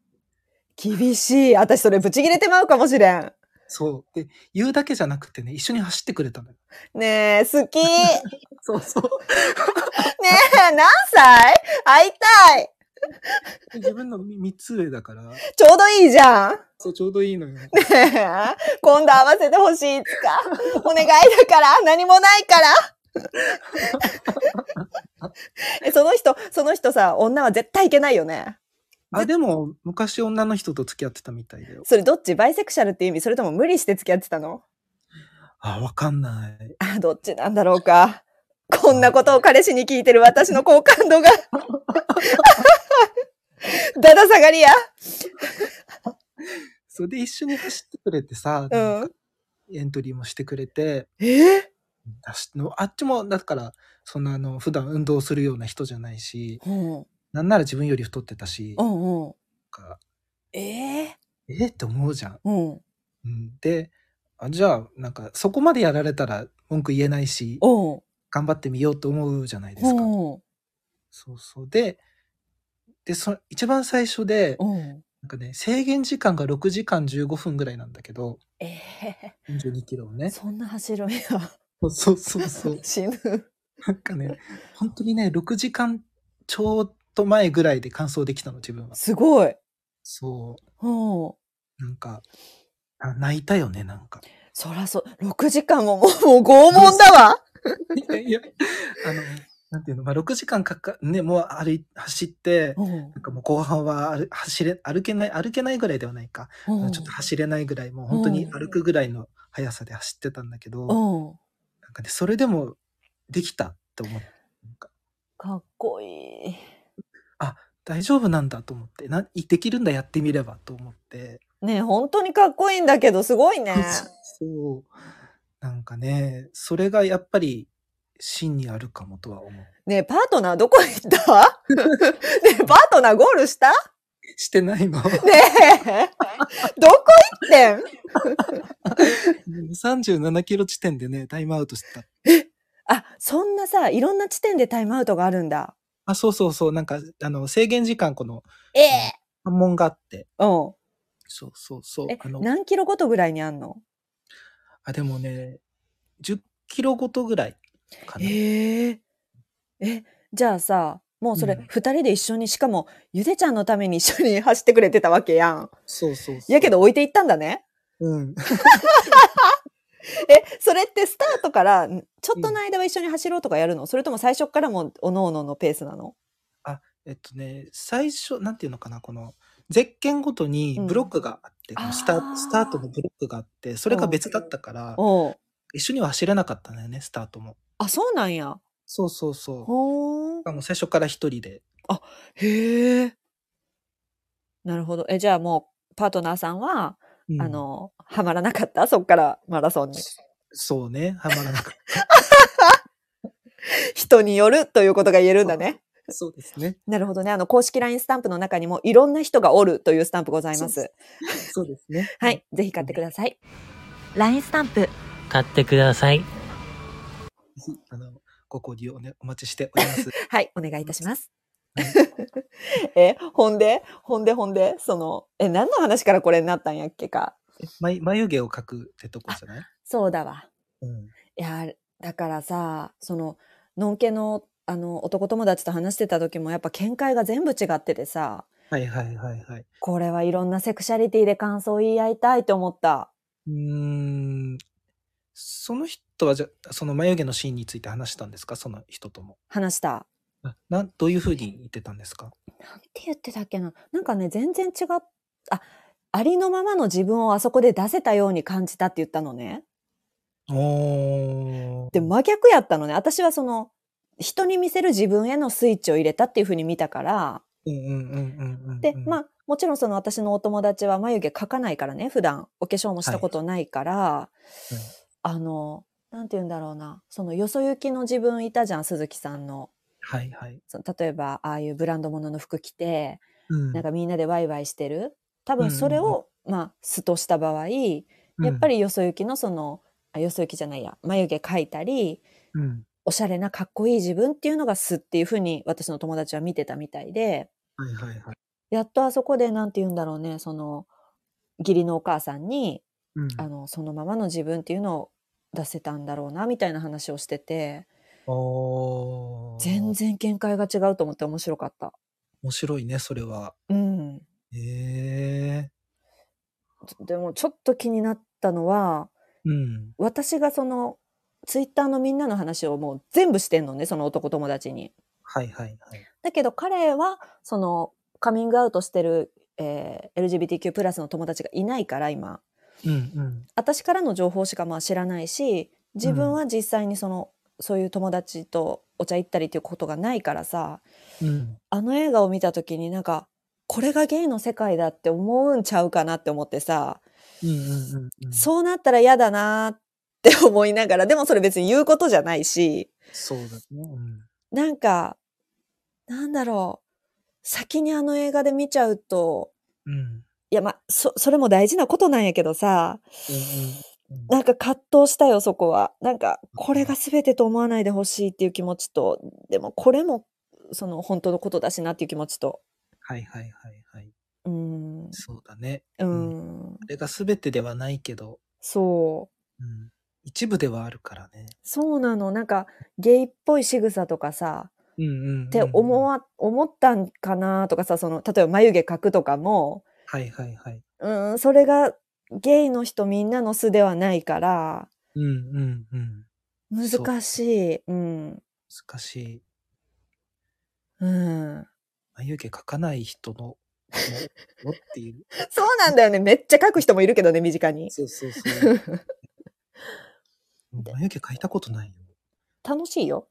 A: 厳しい。私それブチ切れてまうかもしれん。
B: そう。で、言うだけじゃなくてね、一緒に走ってくれたのよ。
A: ねえ、好き。ね
B: そうそう。
A: え、何歳会いたい。
B: 自分の3つ上だから、
A: ちょうどいいじゃん。
B: そう、ちょうどいい のよ。
A: ねえ今度会わせてほしいっつか。お願いだから、何もないから。 えその人、その人さ、女は絶対いけないよね。
B: あ、でも、昔女の人と付き合ってたみたいだよ。
A: それどっちバイセクシャルって意味それとも無理して付き合ってたの
B: あ、わかんない。
A: あ、どっちなんだろうか。こんなことを彼氏に聞いてる私の好感度が。 だだ下がりや。
B: それで一緒に走ってくれてさ、
A: う
B: なん
A: ん
B: か。エントリーもしてくれて、
A: え
B: だしあっちも、だから、そんなあの、普段運動するような人じゃないし、
A: うん
B: なんなら自分より太ってたし、
A: う
B: なん
A: んうん。
B: か
A: ええ
B: えーって思うじゃん。
A: うん。
B: うん、であ、じゃあ、なんか、そこまでやられたら文句言えないし、
A: おう。
B: 頑張ってみようと思うじゃないですか。
A: おう。
B: そうそう。で、で、そ一番最初で、
A: おう。
B: なんかね、制限時間が6時間15分ぐらいなんだけど、
A: ええ
B: 42キロをね。
A: そんな走るんや。
B: そうそうそう。
A: 死ぬ。
B: なんかね、本当にね、6時間ちょっと前ぐらいで完走できたの、自分は。
A: すごい。
B: そ
A: おう。
B: う。なんか、あ泣いたよね、なんか。
A: そらそう。6時間ももう、もう拷問だわ。
B: いやいや、あの、なんていうの、まあ、6時間かか、ね、もう歩い、走って、
A: うん
B: なんかもう後半は歩走れ、歩けない、歩けないぐらいではないか。
A: うん
B: ちょっと走れないぐらい、もう本当に歩くぐらいの速さで走ってたんだけど、
A: うん。
B: なんかね、それでもできたって思って、なんか
A: かっこいい。
B: 大丈夫なんだと思って、なできるんだやってみればと思って、
A: ねえ本当にかっこいいんだけど、すごい ね。
B: そう、なんかね、それがやっぱり真にあるかもとは思う。
A: ねえ、パートナーどこ行った ねえ、パートナーゴール したね
B: してない の。
A: え、どこ行ってん
B: 37キロ地点でね、タイムアウトした。
A: あ、そんなさ、いろんな地点でタイムアウトがあるんだ。
B: あ、そうそうそう、なんか、あの、制限時間、この、
A: え
B: え関門があって、
A: うん。
B: そうそうそう、
A: え
B: あ、の、
A: 何キロごとぐらいにあんの
B: あ、でもね、10キロごとぐらいかな。
A: えええ、じゃあさ、もうそれ
B: うん
A: 二人で一緒に、しかも、ゆでちゃんのために一緒に走ってくれてたわけやん。
B: そうそうそう
A: やけど、置いていったんだね。
B: うん。
A: え、それってスタートから、んちょっとの間は一緒に走ろうとかやるの、それとも最初からもう、おのおののペースなの
B: えっとね、最初、なんていうのかな、この、ゼッケンごとにブロックがあっ
A: う
B: て、
A: ん
B: このス
A: あ
B: タ
A: ー
B: ースタートのブロックがあって、それが別だったから、
A: おう
B: 一緒には走れなかったんだよね、スタートも。
A: あ、そうなんや。
B: そうそうそう。
A: ほー
B: あの最初から一人で。
A: へえ。なるほど。え、じゃあもう、パートナーさんは、
B: うん
A: あ、の、はまらなか ったそっからマラソンに。
B: そうね、はまら なかっ
A: 人によるということが言えるんだね。
B: た。そうですね。
A: なるほどね。あの、公式 LINE スタンプの中にも、いろんな人がおるというスタンプございま
B: そう
A: す。
B: そうですね。
A: はい。ぜひ買ってください。LINE スタンプ。
D: 買ってください。
B: あの、ご購入をね、お待ちしてお ります。
A: はい。お願いいたします。 え、ほんで、ほんでほんで、その、え、何の話からこれになったんやっけか。
B: 眉眉毛を描くってとこじゃない
A: そうだわ。
B: うん。
A: いやーだからさそののんけのあの男友達と話してた時もやっぱ見解が全部違っててさ
B: はいはいはいはい。
A: これはいろんなセクシャリティで感想を言い合いたいと思った。
B: うーん。その人はじゃあその眉毛のシーンについて話したんですかその人とも。
A: 話した
B: あなどういうふうに言ってたんですか
A: なんて言ってたっけななんかね全然違っあありのままの自分をあそこで出せたように感じたって言ったのね
B: おー
A: で真逆やったのね私はその人に見せる自分へのスイッチを入れたっていうふうに見たから
B: うんうんうんうんうんうん。
A: で、まあもちろんその私のお友達は眉毛描かないからね普段お化粧もしたことないから、
B: い
A: あのなんて言うんだろうなそのよそ行きの自分いたじゃん鈴木さんの
B: はいはい。
A: その例えばああいうブランド物のの服着て
B: うん
A: なんかみんなでワイワイしてる多分それ
B: うんうん
A: を、まあ素とした場合やっぱ、りよそ行きのそのあよそ行きじゃないや眉毛描いたり
B: うんうん
A: おしゃれなかっこいい自分っていうのが素っていうふうに私の友達は見てたみたいで
B: はいはいはい。
A: やっとあそこでなんて言うんだろうねその義理のお母さんに、
B: うん
A: あのそのままの自分っていうのを出せたんだろうなみたいな話をしてて
B: おー
A: 全然見解が違うと思って面白かった。
B: 面白いね、それは。
A: うん
B: へえ
A: でもちょっと気になったのは
B: うん。
A: 私がそのツイッターのみんなの話をもう全部してんのねその男友達に。
B: はいはいはい。
A: だけど彼はそのカミングアウトしてる、えー LGBTQ+ プラスの友達がいないから今
B: うんうん。
A: 私からの情報しかまあ知らないし自分は実際にその、そういう友達とお茶行ったりっていうことがないからさ
B: うん、
A: あの映画を見た時になんかこれがゲイの世界だって思うんちゃうかなって思ってさ
B: うんうんうんうん。
A: そうなったら嫌だなーって思いながら、でもそれ別に言うことじゃないし、
B: そうだね。うん
A: なんか、なんだろう、先にあの映画で見ちゃうと、
B: うん。うん
A: いや、まあ、そ、それも大事なことなんやけどさ、
B: うんうん
A: なんか葛藤したよ、そこは。なんか、これが全てと思わないでほしいっていう気持ちと、でもこれも、その、本当のことだしなっていう気持ちと。
B: はいはいはいはい。
A: うーん、う
B: そうだね。
A: ーん
B: あ、れが全てではないけど、
A: そう。
B: うん、一部ではあるからね。
A: そうなの。なんか、ゲイっぽい仕草とかさ、
B: うんうんうんうん。っ
A: って思わ、思ったんかなとかさ、その、例えば眉毛描くとかも、
B: はいはいはい。
A: うーん、それがゲイの人みんなの素ではないから、
B: うんうんうん。そう
A: 難しい。うん。
B: 難しい。
A: うん。
B: 眉毛描かない人の、ののって いう。
A: そうなんだよね。めっちゃ描く人もいるけどね、身近に。
B: そうそ うそう。眉毛描いたことないよ。
A: 楽しいよ。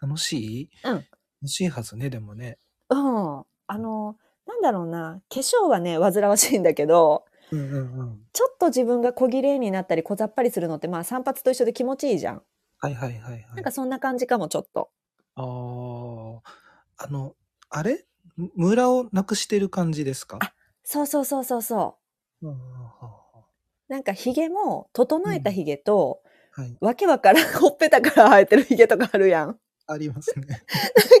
B: 楽しい
A: うん
B: 楽しいはずね、でもね。
A: うん。あの、なんだろうな。化粧はね、煩わしいんだけど、
B: うんうんうん。
A: ちょっと自分が小綺麗になったり小ざっぱりするのって、まあ散髪と一緒で気持ちいいじゃん。
B: はいはいはいはい。
A: なんかそんな感じかも、ちょっと。
B: あーあの、あれむムラをなくしてる感じですか
A: あそうそうそうそうそう。
B: うんうんうんは
A: なんかヒゲも整えたヒゲと、
B: い。
A: わけわからん ほっぺたから生えてるヒゲとかあるやん。なん
B: ありま すね。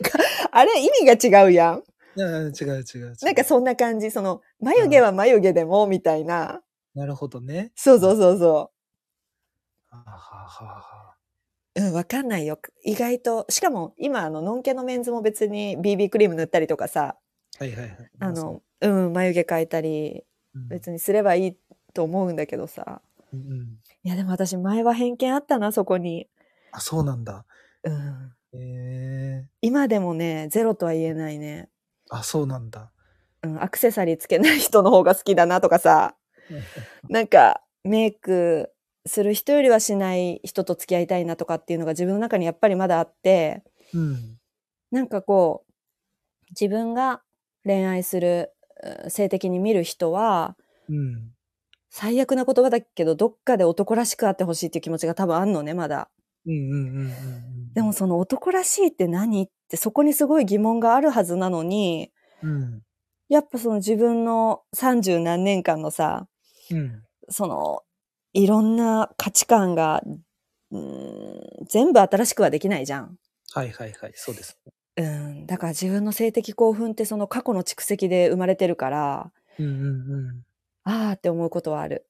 A: かあれ意味が違うやん。
B: いやいや違う違う違う。
A: なんかそんな感じ。その眉毛は眉毛でもみたいな。
B: なるほどね。
A: そうそうそうそ
B: はあはあはあはあ
A: う。うん、わかんないよ。意外と。しかも今あのノンケのメンズも別に BB クリーム塗ったりとかさ、
B: はいはいはい。
A: あの、うん、眉毛描いたり
B: うん、
A: 別にすればいいと思うんだけどさ。
B: うんうん。
A: いやでも私前は偏見あったな、そこに。
B: あ、そうなんだ。
A: うん。
B: へえ。
A: 今でもね、ゼロとは言えないね。
B: あ、そうなんだ。
A: うん、アクセサリーつけない人の方が好きだなとか さ、なんかメイクする人よりはしない人と付き合いたいなとかっていうのが自分の中にやっぱりまだあって、
B: うん。
A: なんかこう、自分が恋愛する、うん性的に見る人は、
B: うん。
A: 最悪な言葉だけど、どっかで男らしくあってほしいっていう気持ちが多分あんのね、まだ。
B: うんうんうんうんうん。
A: でも、その男らしいって何ってそこにすごい疑問があるはずなのに、
B: うん。
A: やっぱその自分の三十何年間のさ、
B: うん。
A: そのいろんな価値観が、うーん、全部新しくはできないじゃん。
B: はいはいはい。そうです。
A: うん、だから自分の性的興奮ってその過去の蓄積で生まれてるから、
B: うんうんうん。
A: あーって思うことはある。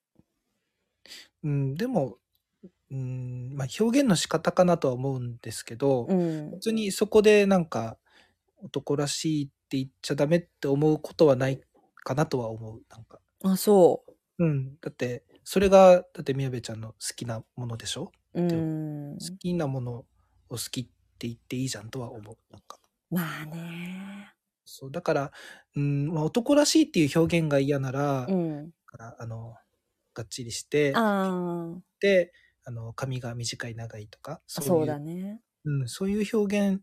B: うん、でも、うん、まあ表現の仕方かなとは思うんですけど、
A: うん
B: 普。通にそこでなんか男らしいって言っちゃダメって思うことはないかなとは思う。なんか。
A: あ、そ
B: うん。だって、それがだって宮部ちゃんの好きなものでしょ
A: うん
B: 好きなものを好きって言っていいじゃんとは思うなんか
A: まあね
B: そうだから、うんまあ、男らしいっていう表現が嫌なら、
A: う
B: だ
A: ん
B: からあのがっちりして
A: ああ
B: であの髪が短い長いとかそう
A: そう
B: いう
A: だね
B: うん、そういう表現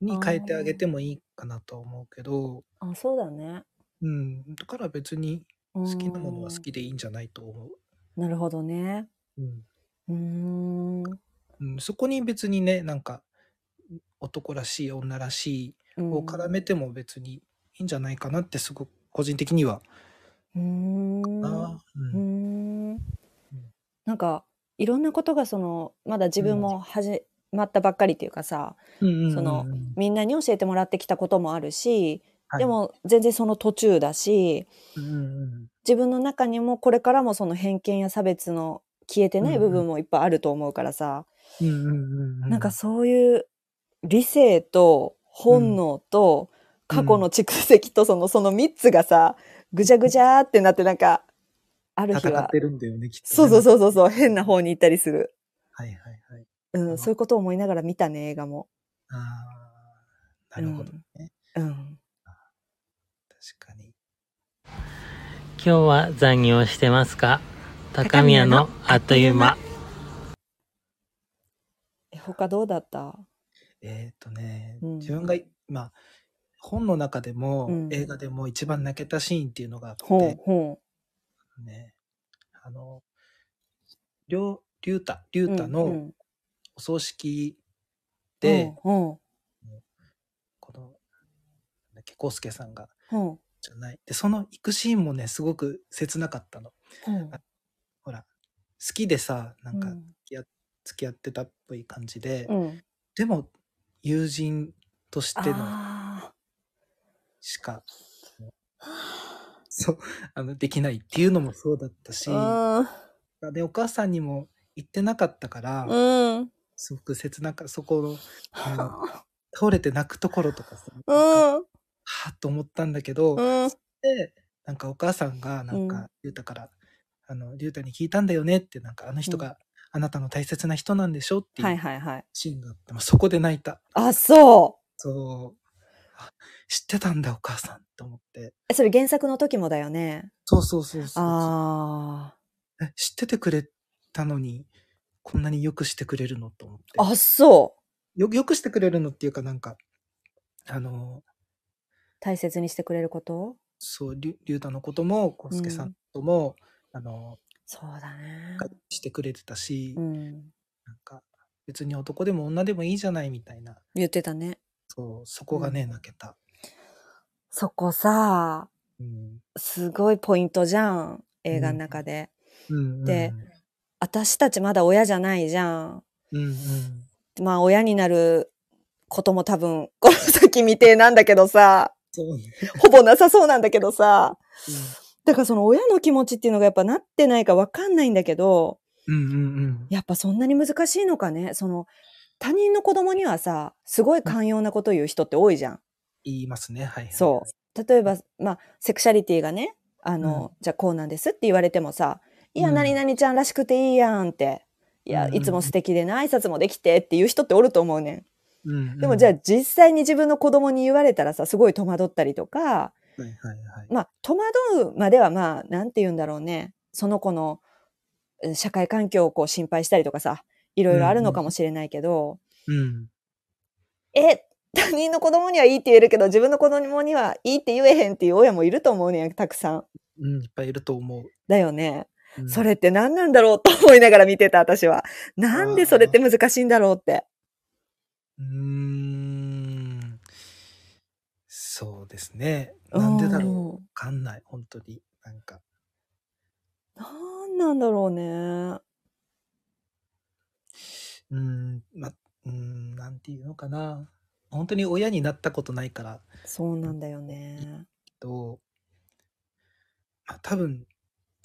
B: に変えてあげてもいいかなとは思うけど、
A: あそうだね
B: うん、だから別に
A: 好
B: 好きなものは好きでいいんじゃないと思
A: なるほどね
B: う。うん
A: うーん
B: うん、そこに別にねなんか男らしい女らし
A: う
B: い
A: ん
B: を絡めても別にいいんじゃないかなってすごく個人的には
A: うーん
B: な、
A: うー
B: うん
A: んなんかいろんなことがそのまだ自分も始まったばっかりっていうかさ、
B: うんうん
A: その
B: うんうん
A: みんなに教えてもらってきたこともあるし、
B: はい
A: でも全然その途中だし
B: うんうん
A: 自分の中にもこれからもその偏見や差別の消えてない部分もいっぱいあると思うからさ、
B: うんうんう
A: なんかそういう理性と本能と過去の蓄積とそのその3つがさぐじゃぐじゃーってなってなんかある日
B: 戦っ
A: は
B: てるんだよねきっとね、
A: そうそう
B: う
A: そうそうそう変な方に行ったりする、
B: はいはいはい
A: う、
B: うんん
A: そういうことを思いながら見たね映画も。
B: あーなるほどね、
A: うん、
B: 確かに
D: 今日は残業してますか高宮のあっという間。
A: え他どうだった
B: えっ、とね、
A: うん
B: 自分が今本の中でも、
A: うん
B: 映画でも一番泣けたシーンっていうのがあって、
A: ほうほ
B: ね、あの、りょう、りゅうた、りゅ
A: う。
B: うた
A: うんう
B: の
A: ん
B: お葬式で、
A: ほ
B: この、なんだっけ、こうすけさんが、
A: うほう
B: じゃない。で、その行くシーンもね、すごく切なかったの。
A: ほう
B: ほら、好きでさ、なん
A: う
B: か
A: ん
B: 付き合ってたっぽい感じで、
A: うん、
B: でも、友人としての
A: あ
B: しか、そう、あの、できないっていうのもそうだったし、
A: ー
B: で、お母さんにも言ってなかったから、
A: うんうん
B: すごく切なか、そこの、あの倒れて泣くところとかさ、なんかは
A: うん
B: あと思ったんだけど、
A: うん
B: で、なんかお母さんが、なん
A: うん
B: か、りゅうたから、あの、りゅうたに聞いたんだよねって、なんか、あの人が、あなたの大切な人なんでしょって
A: はい
B: いう
A: はいはい。
B: シーンがあって、まあそこで泣いた。
A: あそう
B: そう。あ知ってたんだ、お母さんと思って。
A: えそれ原作の時もだよね。
B: そうそうそうそう
A: あ
B: え知っててくれたのに、こんなによくしてくれるのと思って。
A: ああそう
B: よよくしてくれるのっていうか、なんか、あの、
A: 大切にしてくれること
B: そう、りゅりゅうたのことも、こうすけさんのことも、あの、
A: そうだね。
B: してくれてたし、
A: うん、
B: なんか、別に男でも女でもいいじゃないみたいな、
A: 言ってたね。
B: そう、そこがね、
A: うん
B: 泣けた。
A: そこさ
B: うん。
A: すごいポイントじゃん映画の中で。
B: うん、
A: で、私たちまだ親じゃないじゃん。
B: うん、うん。
A: まあ親になることも多分この先未定なんだけどさ
B: そうね。
A: ほぼなさそうなんだけどさ
B: う
A: だからその親の気持ちっていうのがやっぱなってないかわかんないんだけど
B: ん、うん、うんうん。
A: やっぱそんなに難しいのかねその他人の子供にはさすごい寛容なこと言う人って多いじゃん。
B: 言いますね、はい、はい。
A: そう例えば、まあ、セクシャリティがねあの、じゃあこうなんですって言われてもさ「いや
B: うん
A: 何々ちゃんらしくていいやん」って「いや
B: うん
A: いつも素敵でな挨拶もできて」っていう人っておると思うねん。
B: うん。うん、
A: でもじゃあ
B: は
A: 実際に自分の子供に言われたらさすごい戸惑ったりとか
B: い、はい、はい。
A: まあ戸惑うまではまあなんて言うんだろうねその子のうん社会環境をこう心配したりとかさいろいろあるのかもしれないけど、
B: うん。
A: え他人の子供にはいいって言えるけど自分の子供にはいいって言えへんっていう親もいると思うねんたくさん。
B: うん、いっぱいいると思う。
A: だよね。
B: うん
A: それって何なんだろうと思いながら見てた私は。なんでそれって難しいんだろうって。
B: うーん。そうですね。なんでだろう。わ
A: う。
B: かんない、本当に。なんか。
A: なんなんだろうね。
B: うーん、ま、うーん、なんていうのかな。本当に親になったことないから、
A: そうなんだよね。
B: と、まあ、多分、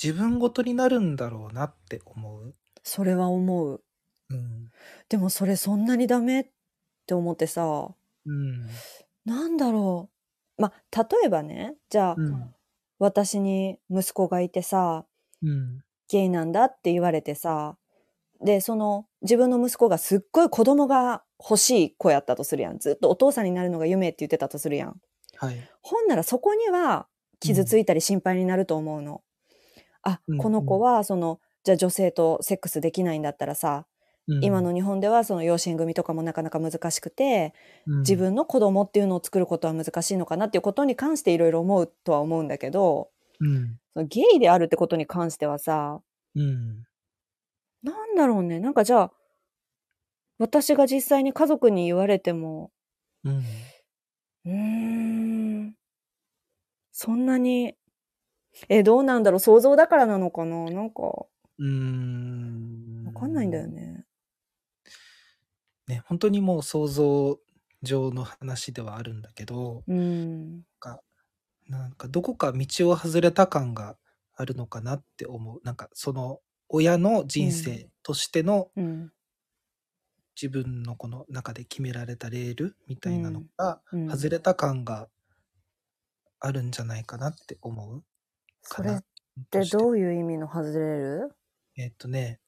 B: 自分ごとになるんだろうなって思う。
A: それは思う。
B: うん。
A: でもそれそんなにダメって思ってさ、
B: うん。
A: なんだろう。まあ、例えばね、じゃあ、
B: うん。
A: 私に息子がいてさ、
B: うん。
A: ゲイなんだって言われてさ、で、その自分の息子がすっごい子供が欲しい子やったとするやん。ずっとお父さんになるのが夢って言ってたとするやん。
B: はい。
A: ほんならそこには傷ついたり心配になると思うの。あ
B: うん、
A: この子はその、じゃあ女性とセックスできないんだったらさ、今の日本ではその養子縁組とかもなかなか難しくて、自分の子供っていうのを作ることは難しいのかなっていうことに関していろいろ思うとは思うんだけど、
B: うん。
A: そのゲイであるってことに関してはさ、
B: うん。
A: なんだろうね。なんかじゃあ、私が実際に家族に言われても、
B: うん。
A: うーん、そんなに、え、どうなんだろう想像だからなのかななんか、わ
B: うん。
A: かんないんだよ。ね。
B: ね、本当にもう想像上の話ではあるんだけど、
A: うん。
B: なんかどこか道を外れた感があるのかなって思う。なんかその親の人生としての
A: うん。
B: 自分のこの中で決められたレールみたいなのが
A: うん、
B: 外れた感があるんじゃないかなって思う
A: そ
B: か
A: れ
B: な。
A: っ
B: と
A: て
B: して
A: どういう意味の外れる
B: えっとね、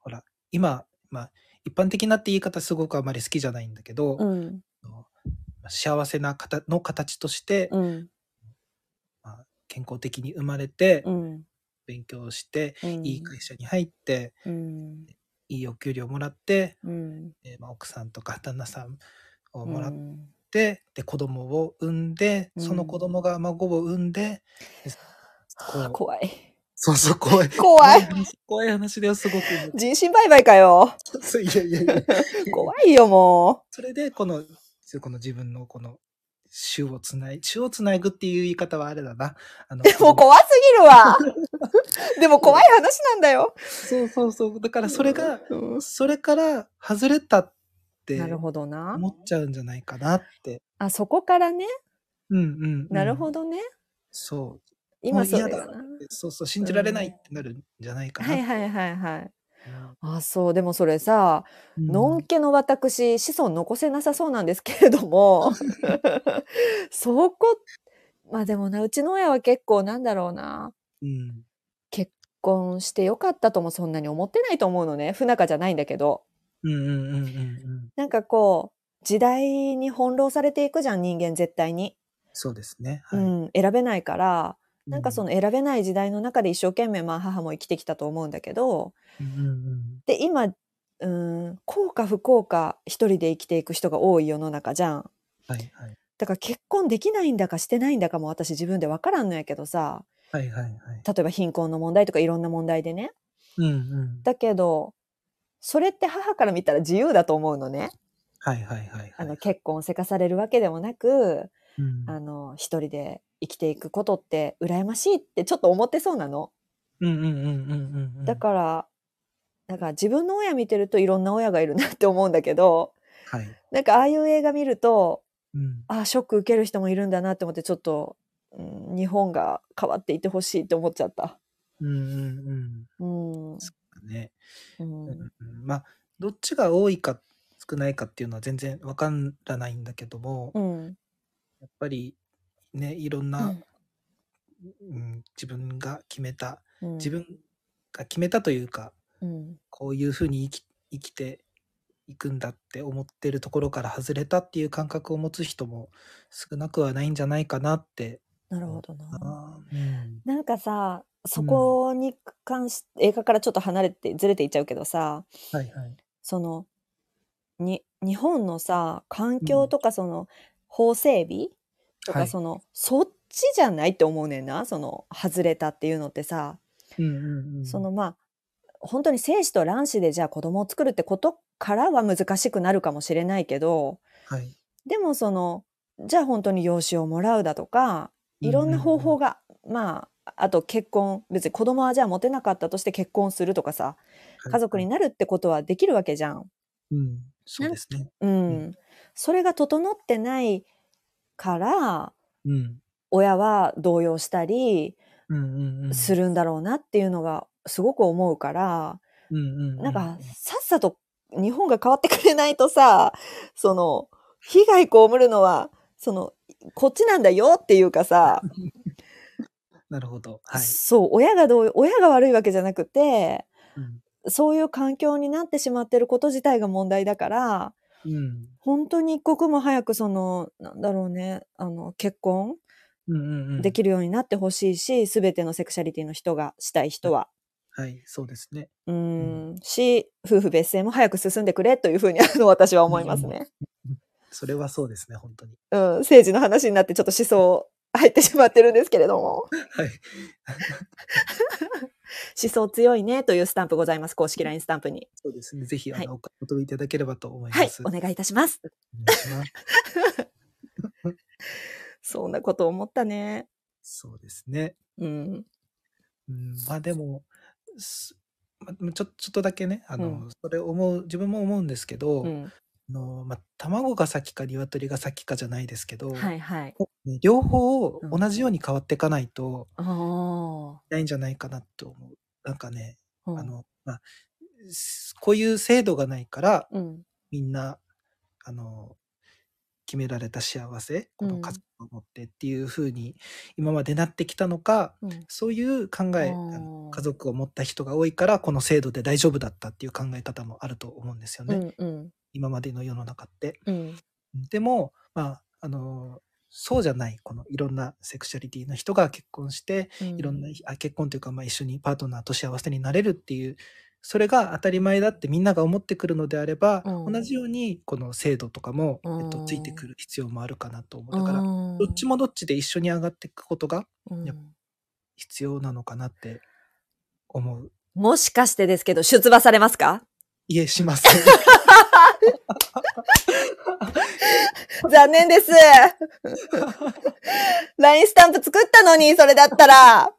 B: ほら、今、まあ、一般的なって言い方すごくあまり好きじゃないんだけど、
A: うん。
B: あのまあ幸せな形の形として、
A: うん。
B: まあ、健康的に生まれて、
A: うん。
B: 勉強して、
A: うん
B: いい会社に入って、
A: うん。
B: いいお給料もらって、
A: うん。
B: えーまあ、奥さんとか旦那さんを
A: う
B: もらって、
A: ん
B: で子供を産んで、その子供が孫を産んで、でこう
A: 怖い。
B: そうそう怖い
A: 怖い。
B: 話怖い話だよすごく
A: 人身売買かよ。
B: いやいやいや
A: 怖いよ、 も
B: それでこのこの自分のこの週をつない週をつないぐっていう言い方はあれだなあの
A: う。でも怖すぎる わ。でも怖い話なんだよ。
B: そうそうそうだからそれが、
A: うん
B: それから外れたって
A: なるほどな。
B: 思っちゃうんじゃないかなって
A: あ、そこからね。
B: うんうん、うん
A: なるほ
B: ど
A: どね。
B: そうも
A: 今
B: う
A: そう
B: 嫌
A: です
B: だ
A: な。
B: そうそう信じられないってなるんじゃないかな、
A: はい
B: い
A: はいはいはい。あ、そう。でもそれさ、のん
B: う
A: けの私、子孫残せなさそうなんですけれども、そこ、まあでもな、うちの親は結構なんだろうな。
B: ん
A: 結婚してよかったともそんなに思ってないと思うのね。不仲じゃないんだけど。
B: うんうんうんうんうん
A: なんかこう、時代に翻弄されていくじゃん、人間絶対に。
B: そうですね、
A: う
B: い
A: ん、選べないから、なんかそ
B: の、
A: の選べない時代の中で一生懸命まあ母も生きてきたと思うんだけど、
B: うんうん
A: で、今、うーん、幸か不幸か一人で生きていく人が多い世の中じゃん。
B: うん、はいはい
A: だから結婚できないんだかしてないんだかも私自分でわからんのやけどさ、
B: はいはいはい
A: 例えば貧困の問題とかいろんな問題でね。
B: うんうん
A: だけど、それって母から見たら自由だと思うのね。
B: はいはいはい
A: あ
B: は
A: の
B: い
A: 結婚せかされるわけでもなく、
B: うん
A: あの、一人で生きていくことって羨ましいってちょっと思ってそうなの。
B: うんうんうんうんうんうん
A: だから、なんか自分の親見てるといろんな親がいるなって思うんだけど、
B: はい
A: なんかああいう映画見ると、
B: うん
A: ああ、ショック受ける人もいるんだなって思って、ちょっと、うん、日本が変わっていってほしいって思っちゃった。
B: うんうん
A: うん。う
B: うんね
A: ん。
B: うんまあどっちが多いか少ないかっていうのは全然わからないんだけども
A: うん。
B: やっぱりねいろん
A: う
B: な、
A: ん
B: うん、自分が決めた
A: うん
B: 自分が決めたというか
A: うん。
B: こういうふうに生き生きていくんだって思ってるところから外れたっていう感覚を持つ人も少なくはないんじゃないかなって。
A: なるほどな。
B: うん
A: なんかさ、そこに関して、映画からちょっと離れて、ずれていっちゃうけどさ、
B: はいはい。
A: その、に、日本のさ、環境とかその、法整備と
B: は
A: か
B: い
A: その、そっちじゃないって思うねんな、その、外れたっていうのってさ、
B: うんうんうん
A: そのまあ、本当に精子と卵子でじゃあ子供を作るってことからは難しくなるかもしれないけど、
B: はい
A: でもその、じゃあ本当に養子をもらうだとか、いろんな方法が、まあ、あと結婚、別に子供はじゃあ持てなかったとして結婚するとかさ、家族に、なるってことはできるわけじゃん。
B: うんうんそうですね。
A: うん。
B: う
A: それが整ってないから、
B: うん
A: 親は動揺したり
B: うんうんうん、
A: するんだろうなっていうのがすごく思うから、
B: うんうんうん、
A: なんか、さっさと日本が変わってくれないとさ、その、被害被るのは、その、こっちなんだよっていうかさ、
B: なるほど。はい。
A: そう親がどう親が悪いわけじゃなくて
B: うん。
A: そういう環境になってしまってること自体が問題だから
B: うん。
A: 本当に一刻も早くそのなんだろうねあの結婚
B: うんうんうん。
A: できるようになってほしいし、すべてのセクシャリティの人がしたい人は。
B: はい、そうですね。
A: うーん、し、夫婦別姓も早く進んでくれというふうに、あ の、私は思いますね。
B: それはそうですね、本当に。
A: うん、政治の話になってちょっと思想入ってしまってるんですけれど も。
B: はい。
A: 思想強いねというスタンプございます。公式 LINE スタンプに。
B: そうですね。ぜひ、あの、
A: はい
B: お買い求めいただければと思い
A: は
B: ま
A: い
B: す。、
A: お願いいたします。
B: お願いします。
A: そんなこと思ったね。
B: そうですね。
A: うん、
B: うん、まあでも、すまあちょちょっとだけね、あの、
A: うん
B: それ思う、自分も思うんですけど、
A: うん、
B: あのまあ、卵が先か鶏が先かじゃないですけど、
A: はいはい。
B: ね両方を
A: うん
B: 同じように変わっていかないと
A: あー
B: いないんじゃないかなと思う。なんかね、
A: うん
B: あの、まあ、すこういう制度がないから、
A: うん、
B: みんな、あの、決められた幸せ、こ
A: う
B: の
A: ん
B: 家族を持ってっていう風に今までなってきたのか、
A: うん、
B: そういう考え、あ
A: あー
B: の家族を持った人が多いから、この制度で大丈夫だったっていう考え方もあると思うんですよ
A: う
B: ね。
A: ん、うん、
B: 今までの世の中って。
A: うん、
B: でも、まあ、あの、そうじゃない、このいろんなセクシャリティの人が結婚して、いろんな、あ結婚というか、まあ、一緒にパートナーと幸せになれるっていう、それが当たり前だってみんなが思ってくるのであれば、
A: うん
B: 同じようにこの制度とかも、えっ
A: う
B: と、
A: ん
B: ついてくる必要もあるかなと思う。
A: うん、
B: だから、ど
A: ど
B: っちもどっちで一緒に上がっていくことが
A: うん
B: やっ必要なのかなって思う。
A: もしかしてですけど、出馬されますか
B: いえ、しません。
A: 残念です。LINE スタンプ作ったのに、それだったら。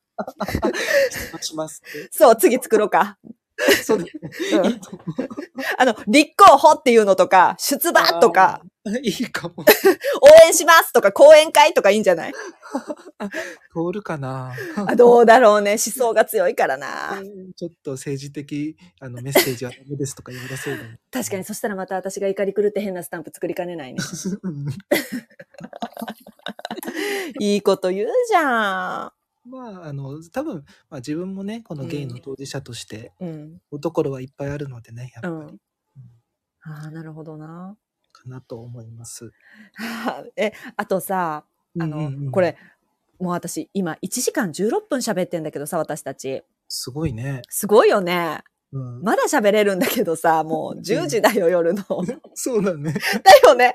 B: しますって。
A: そう、次作ろうか。
B: そうです
A: うん
B: ね。いいと思う
A: あの、立候補っていうのとか、出馬とか、。
B: あー いいかも。
A: 応援しますとか、講演会とかいいんじゃない
B: 通るかな。
A: あどうだろうね。思想が強いからな。
B: ちょっと政治的あのメッセージはダメですとか言われそうだね。
A: 確かに、そしたらまた私が怒り狂って変なスタンプ作りかねないね。
B: うん
A: いいこと言うじゃん。
B: まあ、あの、多分、まあ、自分もね、このゲイの当事者として、
A: うん。
B: おところはいっぱいあるのでね、やっ
A: う
B: ぱり
A: ん。ああ、なるほどな。
B: かなと思います。
A: え、あとさ、あの、
B: うんうんうん
A: これ、もう私、今、1時間16分喋ってんだけどさ、私たち。
B: すごいね。
A: すごいよね。
B: うん、
A: まだ喋れるんだけどさ、もう10時だよ、夜の。だ
B: そうだね。
A: よね。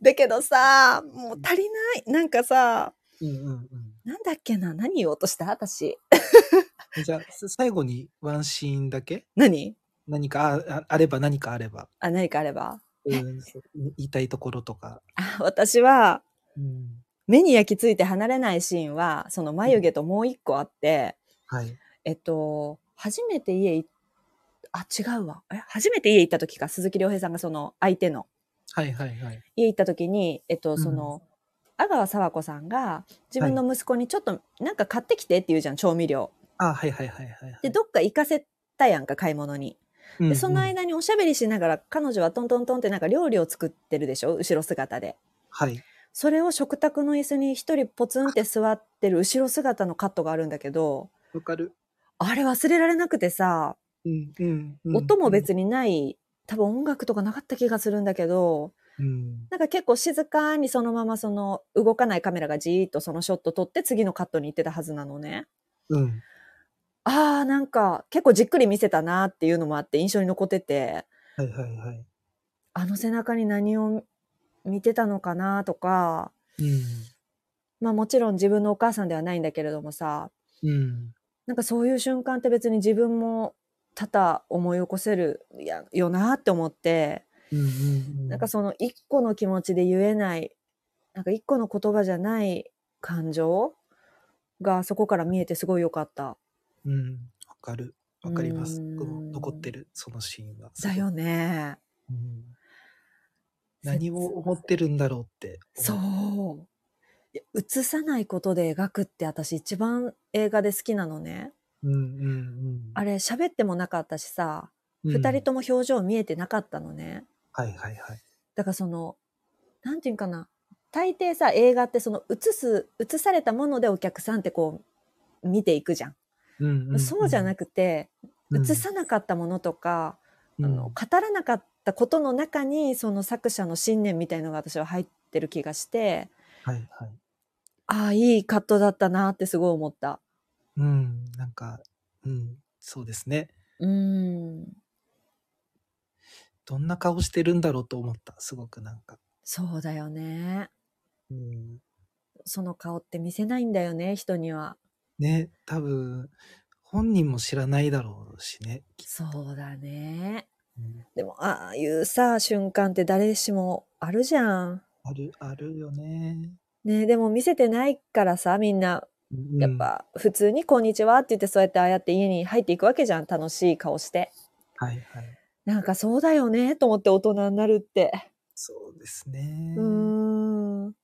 A: だけどさ、もう足りない。なんかさ、
B: うんうん
A: なんだっけな、何言おうとした私。
B: うん、じゃあ、さ最後にワンシーンだけ
A: 何
B: 何かあああれば何かあれば、
A: あ、何かあれば。
B: うん、そう言いたいところとか。
A: あ私は、
B: うん、
A: 目に焼き付いて離れないシーンは、その眉毛ともう一個あって、
B: はい。
A: えっと、初めて家行っあ、違うわ。え、初めて家行った時か、鈴木亮平さんがその相手の、
B: はいはいはい。
A: 家行った時に、えっと、
B: ん
A: その、阿川佐和子さんが自分の息子にちょっとなんか買ってきてって言うじゃん、調味料。
B: あ、はいはいはいはいはい。
A: で、どっか行かせたやんか、買い物に。
B: うん
A: で、
B: うん
A: その間におしゃべりしながら彼女はトントントンってなんか料理を作ってるでしょ、後ろ姿で。
B: はい。
A: それを食卓の椅子に一人ポツンって座ってる後ろ姿のカットがあるんだけど、
B: わかる。
A: あれ忘れられなくてさ、
B: うんうんうん
A: 音も別にない、多分音楽とかなかった気がするんだけど、
B: うん
A: なんか結構静かにそのままその動かないカメラがじーっとそのショット撮って次のカットに行ってたはずなのね。
B: うん。
A: ああ、なんか結構じっくり見せたなっていうのもあって印象に残ってて、
B: はいはいはい。
A: あの背中に何を見てたのかなとか、
B: う
A: まあもちろん自分のお母さんではないんだけれどもさ、
B: ん。うん。
A: なんかそういう瞬間って別に自分も多々思い起こせるやよなって思って、
B: うんうん。
A: なんかその一個の気持ちで言えない、なんか一個の言葉じゃない感情がそこから見えてすごい良かった。
B: うん。わかる。わかります。
A: うん
B: 僕も残ってる、そのシーンは。
A: だよね。
B: うん。何を思ってるんだろうって。
A: そう。いや映さないことで描くって私一番映画で好きなのね。
B: う。うんうんうん。
A: あれ喋ってもなかったしさ、
B: うん
A: 二、人。とも表情見えてなかったのね。
B: はいはいはい。
A: だからその、なんていうんかな。大抵さ、映画ってその映す、映されたものでお客さんってこう、見ていくじゃん。
B: うんうんうん
A: そうじゃなくて、
B: うん
A: 映さなかったものとか、
B: うん
A: あの語らなかったことの中にその作者の信念みたいのが私は入ってる気がして
B: はいはい。
A: ああいいカットだったなってすごい思った。
B: うん、なんか、うん、そうですね。
A: うん
B: どんな顔してるんだろうと思った、すごくなんか。
A: そうだよね。
B: うん、
A: その顔って見せないんだよね人には。
B: ね、多分、本人も知らないだろうしね。き
A: そうだね。
B: うん
A: でもああいうさ瞬間って誰しもあるじゃん。
B: ある、あるよね。
A: ねでも見せてないからさみんな
B: うん
A: やっ、ぱ普通に「こんにちは」って言ってそうやってああやって家に入っていくわけじゃん楽しい顔して。
B: はいはい。
A: なんかそうだよねと思って大人になるって。
B: そうですね
A: う。ーん。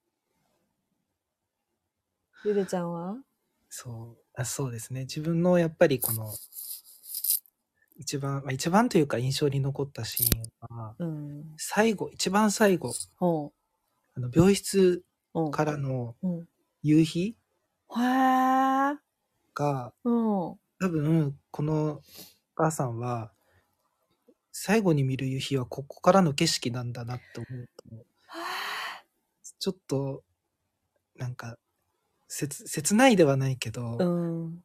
A: ゆでちゃんは
B: そうあ、そうですね。自分のやっぱりこの、一番、まあ、一番というか印象に残ったシーンは、
A: うん。
B: 最後、一番最後、
A: ほ
B: あの病室
A: う。うん。
B: からの
A: うん。へ
B: 夕日
A: ー。
B: が、
A: うん。
B: 多分このお母さんは最後に見る夕日はここからの景色なんだなって思うとちょっとなんか切切ないではないけど、
A: うん。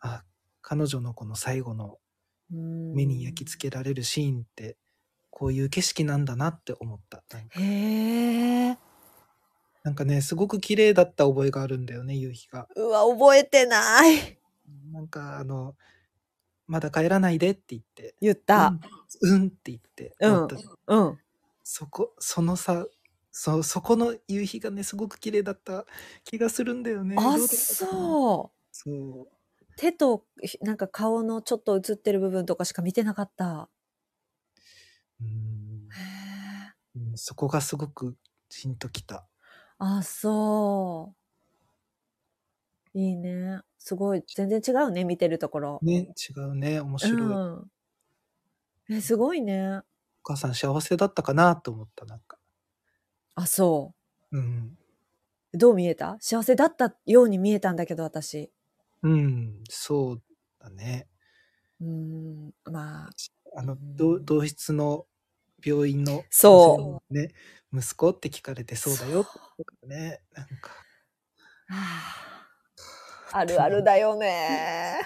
B: あ彼女のこの最後の目
A: 目
B: に焼き付けられるシーンってこういう景色なんだなって思ったなんか
A: へー。
B: なんかねすごく綺麗だった覚えがあるんだよね夕日が
A: うわ、覚えてない。
B: なんかあのまだ帰らないでって言って
A: 言った。
B: うん、うんって言って終わったじゃん
A: うん。
B: そこ、そのさ、そ、そこの夕日がね、すごく綺麗だった気がするんだよね。
A: あ、
B: どうだったかな
A: そう。
B: そう。
A: 手と、ひなんか顔のちょっと映ってる部分とかしか見てなかった。
B: うん
A: へー。
B: うんそこがすごくジンときた。
A: あ、そう。いいね。すごい。全然違うね、見てるところ。
B: ね、違うね、面白い。
A: う
B: お
A: ん。え、すごいね。
B: 母さん幸せだったかなと思った、なんか。
A: あ、そ
B: うん。
A: う。どう見えた幸せだったように見えたんだけど、私。
B: うん、そうだね。
A: うーん、まあ。
B: あの、
A: うん
B: 同同室の病院の、。
A: そう
B: ね、息子って聞かれてそうだよってね、なんか。
A: はああるあるだよね。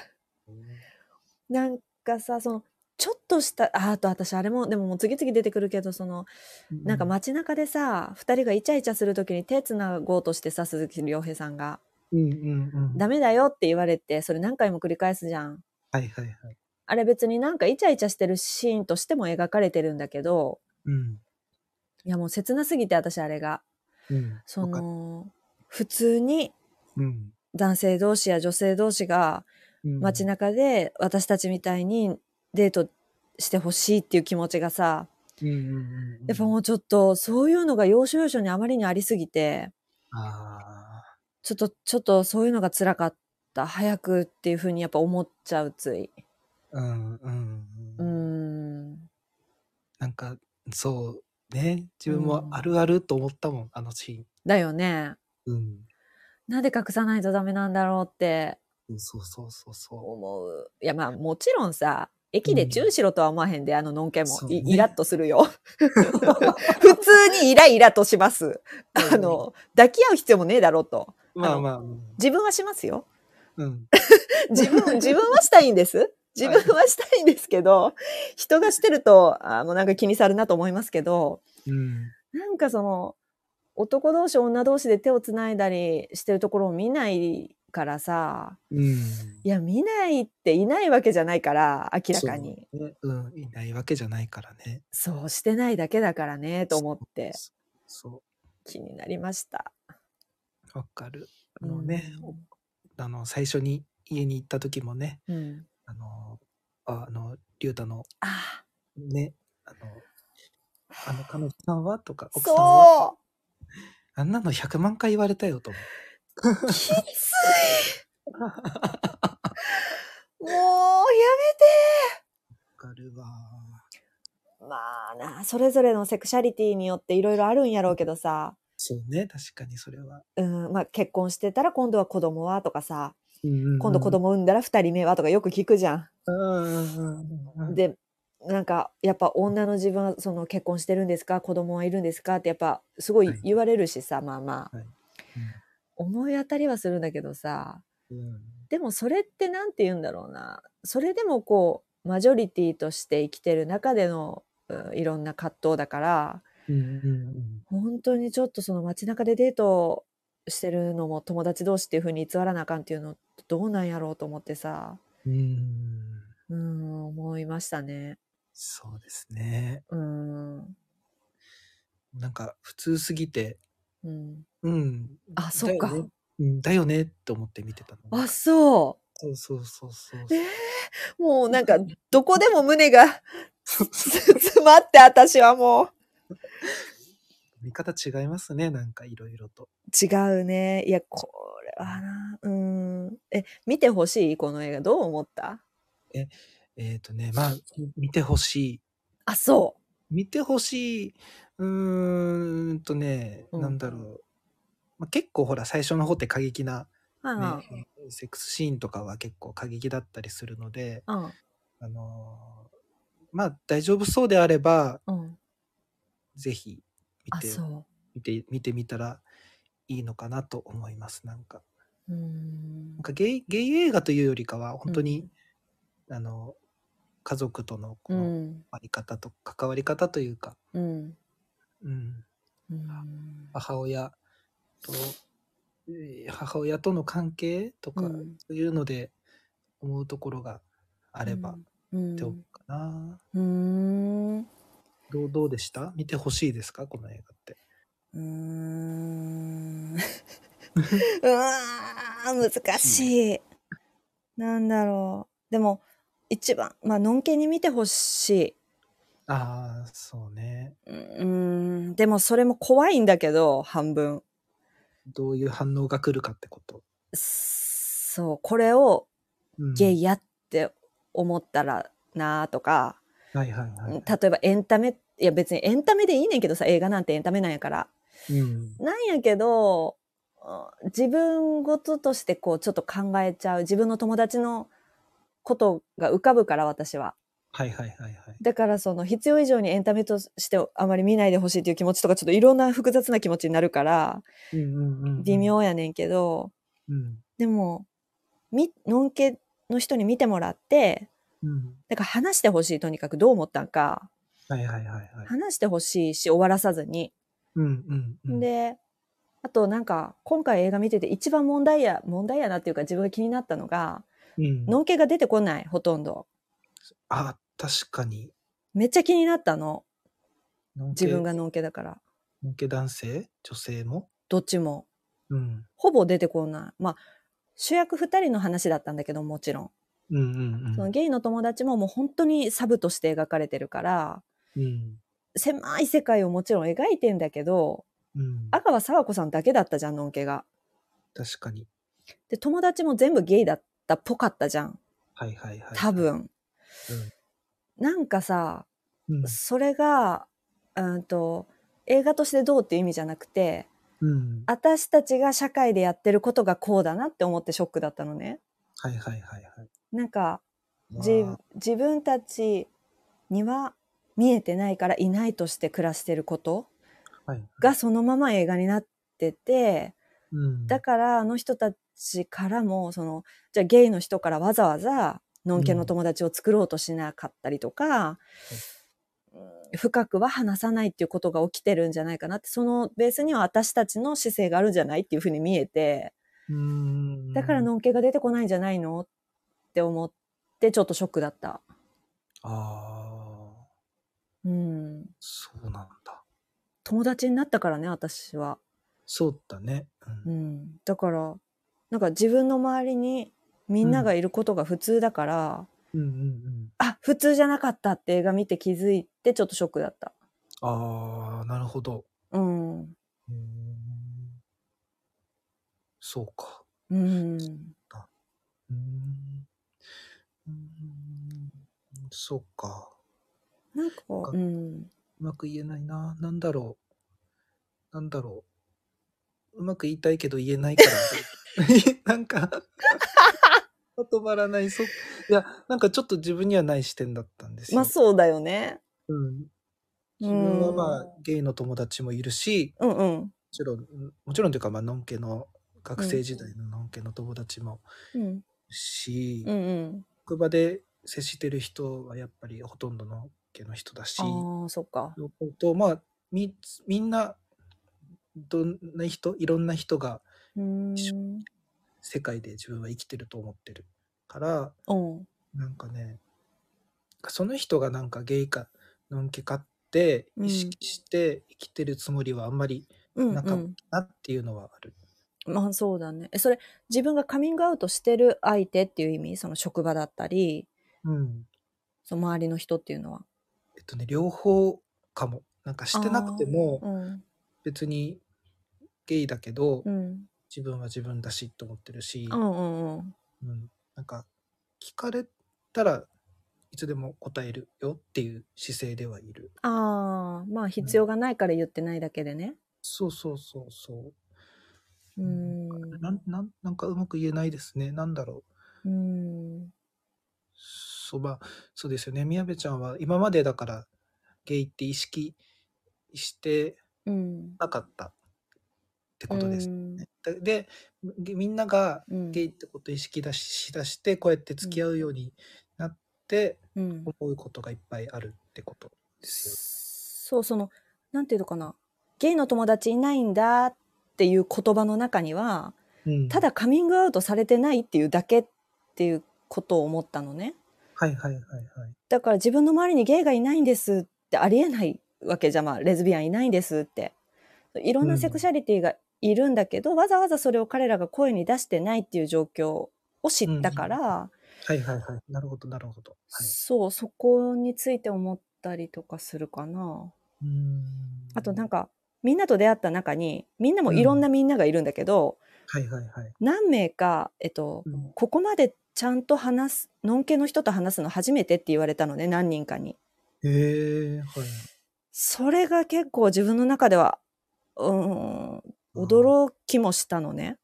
A: なんかさ、その、ちょっとした、ああと私あれも、でももう次々出てくるけど、その、なんか街中でさ、二人がイチャイチャするときに手つなごうとしてさ、鈴木亮平さんが、
B: うんうんうん。
A: ダメだよって言われて、それ何回も繰り返すじゃん。
B: はいはいはい。
A: あれ別になんかイチャイチャしてるシーンとしても描かれてるんだけど、
B: うん。
A: いやもう切なすぎて私あれが。
B: うん。
A: そ
B: わかる
A: の、普通に
B: うん。
A: 男性同士や女性同士が街
B: な
A: 中で私たちみたいにデートしてほしいっていう気持ちがさ、
B: うんうんうんうん、
A: やっぱもうちょっとそういうのが要所要所にあまりにありすぎて、
B: ああ
A: ちょっと、ちょっとそういうのが辛かった。早くっていうふうにやっぱ思っちゃうつい。
B: うんう
A: うん
B: うん
A: ん。
B: なんかそうね自
A: う
B: 分も
A: ん
B: あるあると思ったもん、あのシ
A: だよね。
B: ーン
A: なんで隠さないとダメなんだろうって
B: うんそうそうそうそ
A: 思う。いやまあもちろんさ、駅でチューしろとは思わへんで、あののんけも
B: そう
A: い、
B: ね
A: イラッとするよ。 普通にイライラとします。
B: うん
A: あの、抱き合う必要もねえだろうと。
B: うまあまあ
A: 自分はしますよ。
B: うん
A: 自 分、自分はしたいんです。自分はしたいんですけど、人がしてると、あもうなんか気にさるなと思いますけど、
B: うん
A: なんかその、男同士、女同士で手をつないだりしてるところを見ないからさ、
B: うん
A: いや、見ないっていないわけじゃないから、明らかに。
B: そうねうんいないわけじゃないからね
A: そうしてないだけだからね、と思って
B: そそ
A: 気になりました。
B: うわかるあのね、
A: うん
B: あの最初に家に行った時もね
A: うん。
B: あのああの龍太の
A: あ
B: ねあのあの彼女さんはとか
A: あ、
B: 奥さんは
A: そう
B: あんなの100万回言われたよと思う。
A: きつい。もう、やめて。
B: わかるわ。
A: まあな、それぞれのセクシャリティによっていろいろあるんやろうけどさ、
B: そうね、確かにそれは。
A: うん、まあ結婚してたら今度は子供はとかさ、今度子供産んだら2人目はとかよく聞くじゃん。でなんかやっぱ女の自分はその結婚してるんですか子供はいるんですかってやっぱすごい
B: はい
A: 言われるしさ、まあまあ、
B: はい
A: 思い当たりはするんだけどさでもそれって何て言うんだろうなそれでもこうマジョリティとして生きてる中でのうんいろんな葛藤だから本当にちょっとその街中でデートしてるのも友達同士っていう風に偽らなあかんっていうのどうなんやろうと思ってさうん思いましたね
B: そうですね。
A: うん
B: なんか普通すぎて、
A: うん
B: うん。
A: あそっか
B: だよねうんだよねって思って見てたの。
A: あそ
B: そうそうそうそう。
A: うもうなんかどこでも胸が 詰まって私はもう
B: 見方違いますね、なんかいろいろと。
A: 違うねいやこれはなうんえ見てほしいこの映画どう思った
B: えっ、とね、まあ、見てほしい。
A: あそ
B: 見てほしい。うーんとね、
A: うん
B: なんだろう。まあ、結構ほら、最初の方って過激な、
A: ううんうん
B: ね、セックスシーンとかは結構過激だったりするので、
A: うん
B: あのーまあ大丈夫そうであれば、
A: うん
B: ぜひ見
A: あ
B: て
A: そ
B: 見て見てみたらいいのかなと思います。なんか
A: ううん
B: なんかゲイゲイ映画というよりかは本当に、あの家族とのこ
A: う
B: の関
A: ん
B: わり方と関わり方というか、
A: うん
B: うん、
A: うん
B: 母親とえー母親との関係とか、
A: うん
B: そういうので思うところがあればっ
A: うん
B: て思うかな。
A: うんう
B: どうどうでした見てほしいですかこの映画って。
A: ー んうーん難しいなんだろうでも一番まあのんけに見てほしい
B: ああそうね。
A: うーんでもそれも怖いんだけど半分
B: どういう反応が来るかってこと。
A: そうこれを
B: うん
A: ゲイやって思ったらなとか、
B: はいはいはい。
A: 例えばエンタメいや別にエンタメでいいねんけどさ映画なんてエンタメなんやから
B: うん
A: なんやけどうん自分事としてこうちょっと考えちゃう自分の友達のことが浮かぶから私は
B: はいはいはいはい。
A: だからその必要以上にエンタメとしてあまり見ないでほしいという気持ちとかちょっといろんな複雑な気持ちになるから
B: うんうんうんうん
A: 微。妙やねんけど、
B: うん
A: でも、み、のんけの人に見てもらって、
B: うん。
A: だから話してほしい、とにかくどう思ったんか、
B: はいはいはいはい。
A: 話してほしいし、終わらさずに。
B: うんうんうん。
A: で、あとなんか、今回映画見てて一番問題や、問題やなっていうか自分が気になったのが、
B: うん、
A: のんけが出てこない、ほとんど。
B: あ確かに。
A: めっちゃ気になったの。
B: のんけ
A: 自分がのんけだから。
B: のんけ男性女性も
A: どっちも。
B: うん。
A: ほぼ出てこない。まあ、主役二人の話だったんだけど、もちろん。
B: うんうんうん。
A: そのゲイの友達ももう本当にサブとして描かれてるから、
B: うん。
A: 狭い世界をもちろん描いてんだけど
B: うん。
A: 阿川佐和子さんだけだったじゃんのんけが。
B: 確かに。
A: で友達も全部ゲイだったっぽかったじゃん
B: はいはいはい。
A: 多。分。なんかさ
B: うん。
A: それがうんと映画としてどうっていう意味じゃなくて
B: うん。
A: 私たちが社会でやってることがこうだなって思ってショックだったのね。
B: はいはいはいはい。
A: なんか
B: ま
A: じ
B: あ
A: 自分たちには見えてないからいないとして暮らしてること
B: はい。
A: がそのまま映画になってて
B: うん。
A: だからあの人たちからもそのじゃあゲイの人からわざわざのんけの友達を作ろうとしなかったりとか、うん深くは話さないっていうことが起きてるんじゃないかなってそのベースには私たちの姿勢があるんじゃないっていうふうに見えて
B: うん。
A: だからのんけが出てこないんじゃないのって思ってちょっとショックだった。
B: ああ、
A: うん、
B: そうなんだ。
A: 友達になったからね私は、
B: そうだね。
A: う
B: うん。
A: ん、だからなんか自分の周りにみんながいることが普通だから、
B: うんうんうん。
A: あ普通じゃなかったって映画見て気づいてちょっとショックだった。
B: ああ、なるほど。
A: うん。
B: うーんそうか。
A: うん。
B: うーんうーんそうか。
A: なんかこう、うん。
B: うまく言えないな。なんだろう。なんだ ろう。うまく言いたいけど言えないから。なんか、まとまらない。そいや、なんかちょっと自分にはない視点だったんですよ。
A: まあそうだよね。
B: うん。
A: う
B: 自分は
A: ん
B: まあ、ゲイの友達もいるし、
A: うんうん
B: もちろん、うんもちろんというか、まあ、のんけの、学生時代ののんけの友達も
A: うん
B: いるし、
A: うんうん。
B: 職場で接してる人はやっぱりほとんどのんけの人だし、
A: ああそっか。
B: のことまあみみんなどんな人いろんな人が
A: うーん。
B: 世界で自分は生きてると思ってるから
A: うん
B: なんかねその人がなんかゲイかのんけかって
A: うん
B: 意識して生きてるつもりはあんまり
A: うんう
B: なかった
A: ん。
B: なっていうのはある。
A: まあそうだね。えそれ自分がカミングアウトしてる相手っていう意味その職場だったり
B: うん
A: その周りの人っていうのは。
B: えっとね両方かもなんかしてなくて
A: う
B: も
A: ん
B: 別にゲイだけど
A: うん
B: 自分は自分だしと思ってるし。
A: うんうんうん。
B: うん、なんか聞かれたらいつでも答えるよっていう姿勢ではいる。
A: ああまあ必要がないから言ってないだけでね。
B: そうそうそうそうう。
A: ん。
B: なんなんなんかうまく言えないですね。なんだろう。
A: うん。
B: そうまあそうですよね。宮部ちゃんは今までだからゲイって意識して
A: うん。
B: なかったってことです
A: う
B: ね。
A: ん
B: ででみみんなが
A: うん
B: ゲイってことを意識だししだしてこうやって付き合うようになって
A: うん
B: 思うことがいっぱいあるってことですよね
A: そうそのなんていうのかなゲイの友達いないんだっていう言葉の中には
B: うん
A: ただカミングアウトされてないっていうだけっていうことを思ったのね
B: はいはいはいはい。
A: だから自分の周りにゲイがいないんですってありえないわけじゃんまあレズビアンいないんですっていろん
B: う
A: なんセクシャリティがいるんだけど、わざわざそれを彼らが声に出してないっていう状況を知ったから、
B: はいはいはい。なるほどなるほど。はい。
A: そうそこについて思ったりとかするかな。
B: うーん
A: あとなんかみんなと出会った中にみんなもいろんなみんながいるんだけど、
B: はいはいはい。
A: 何名か、えっと、
B: うん
A: ここまでちゃんと話すのんけの人と話すの初めてって言われたのね何人かに。
B: へえはい。
A: それが結構自分の中ではうーん驚きもしたのね。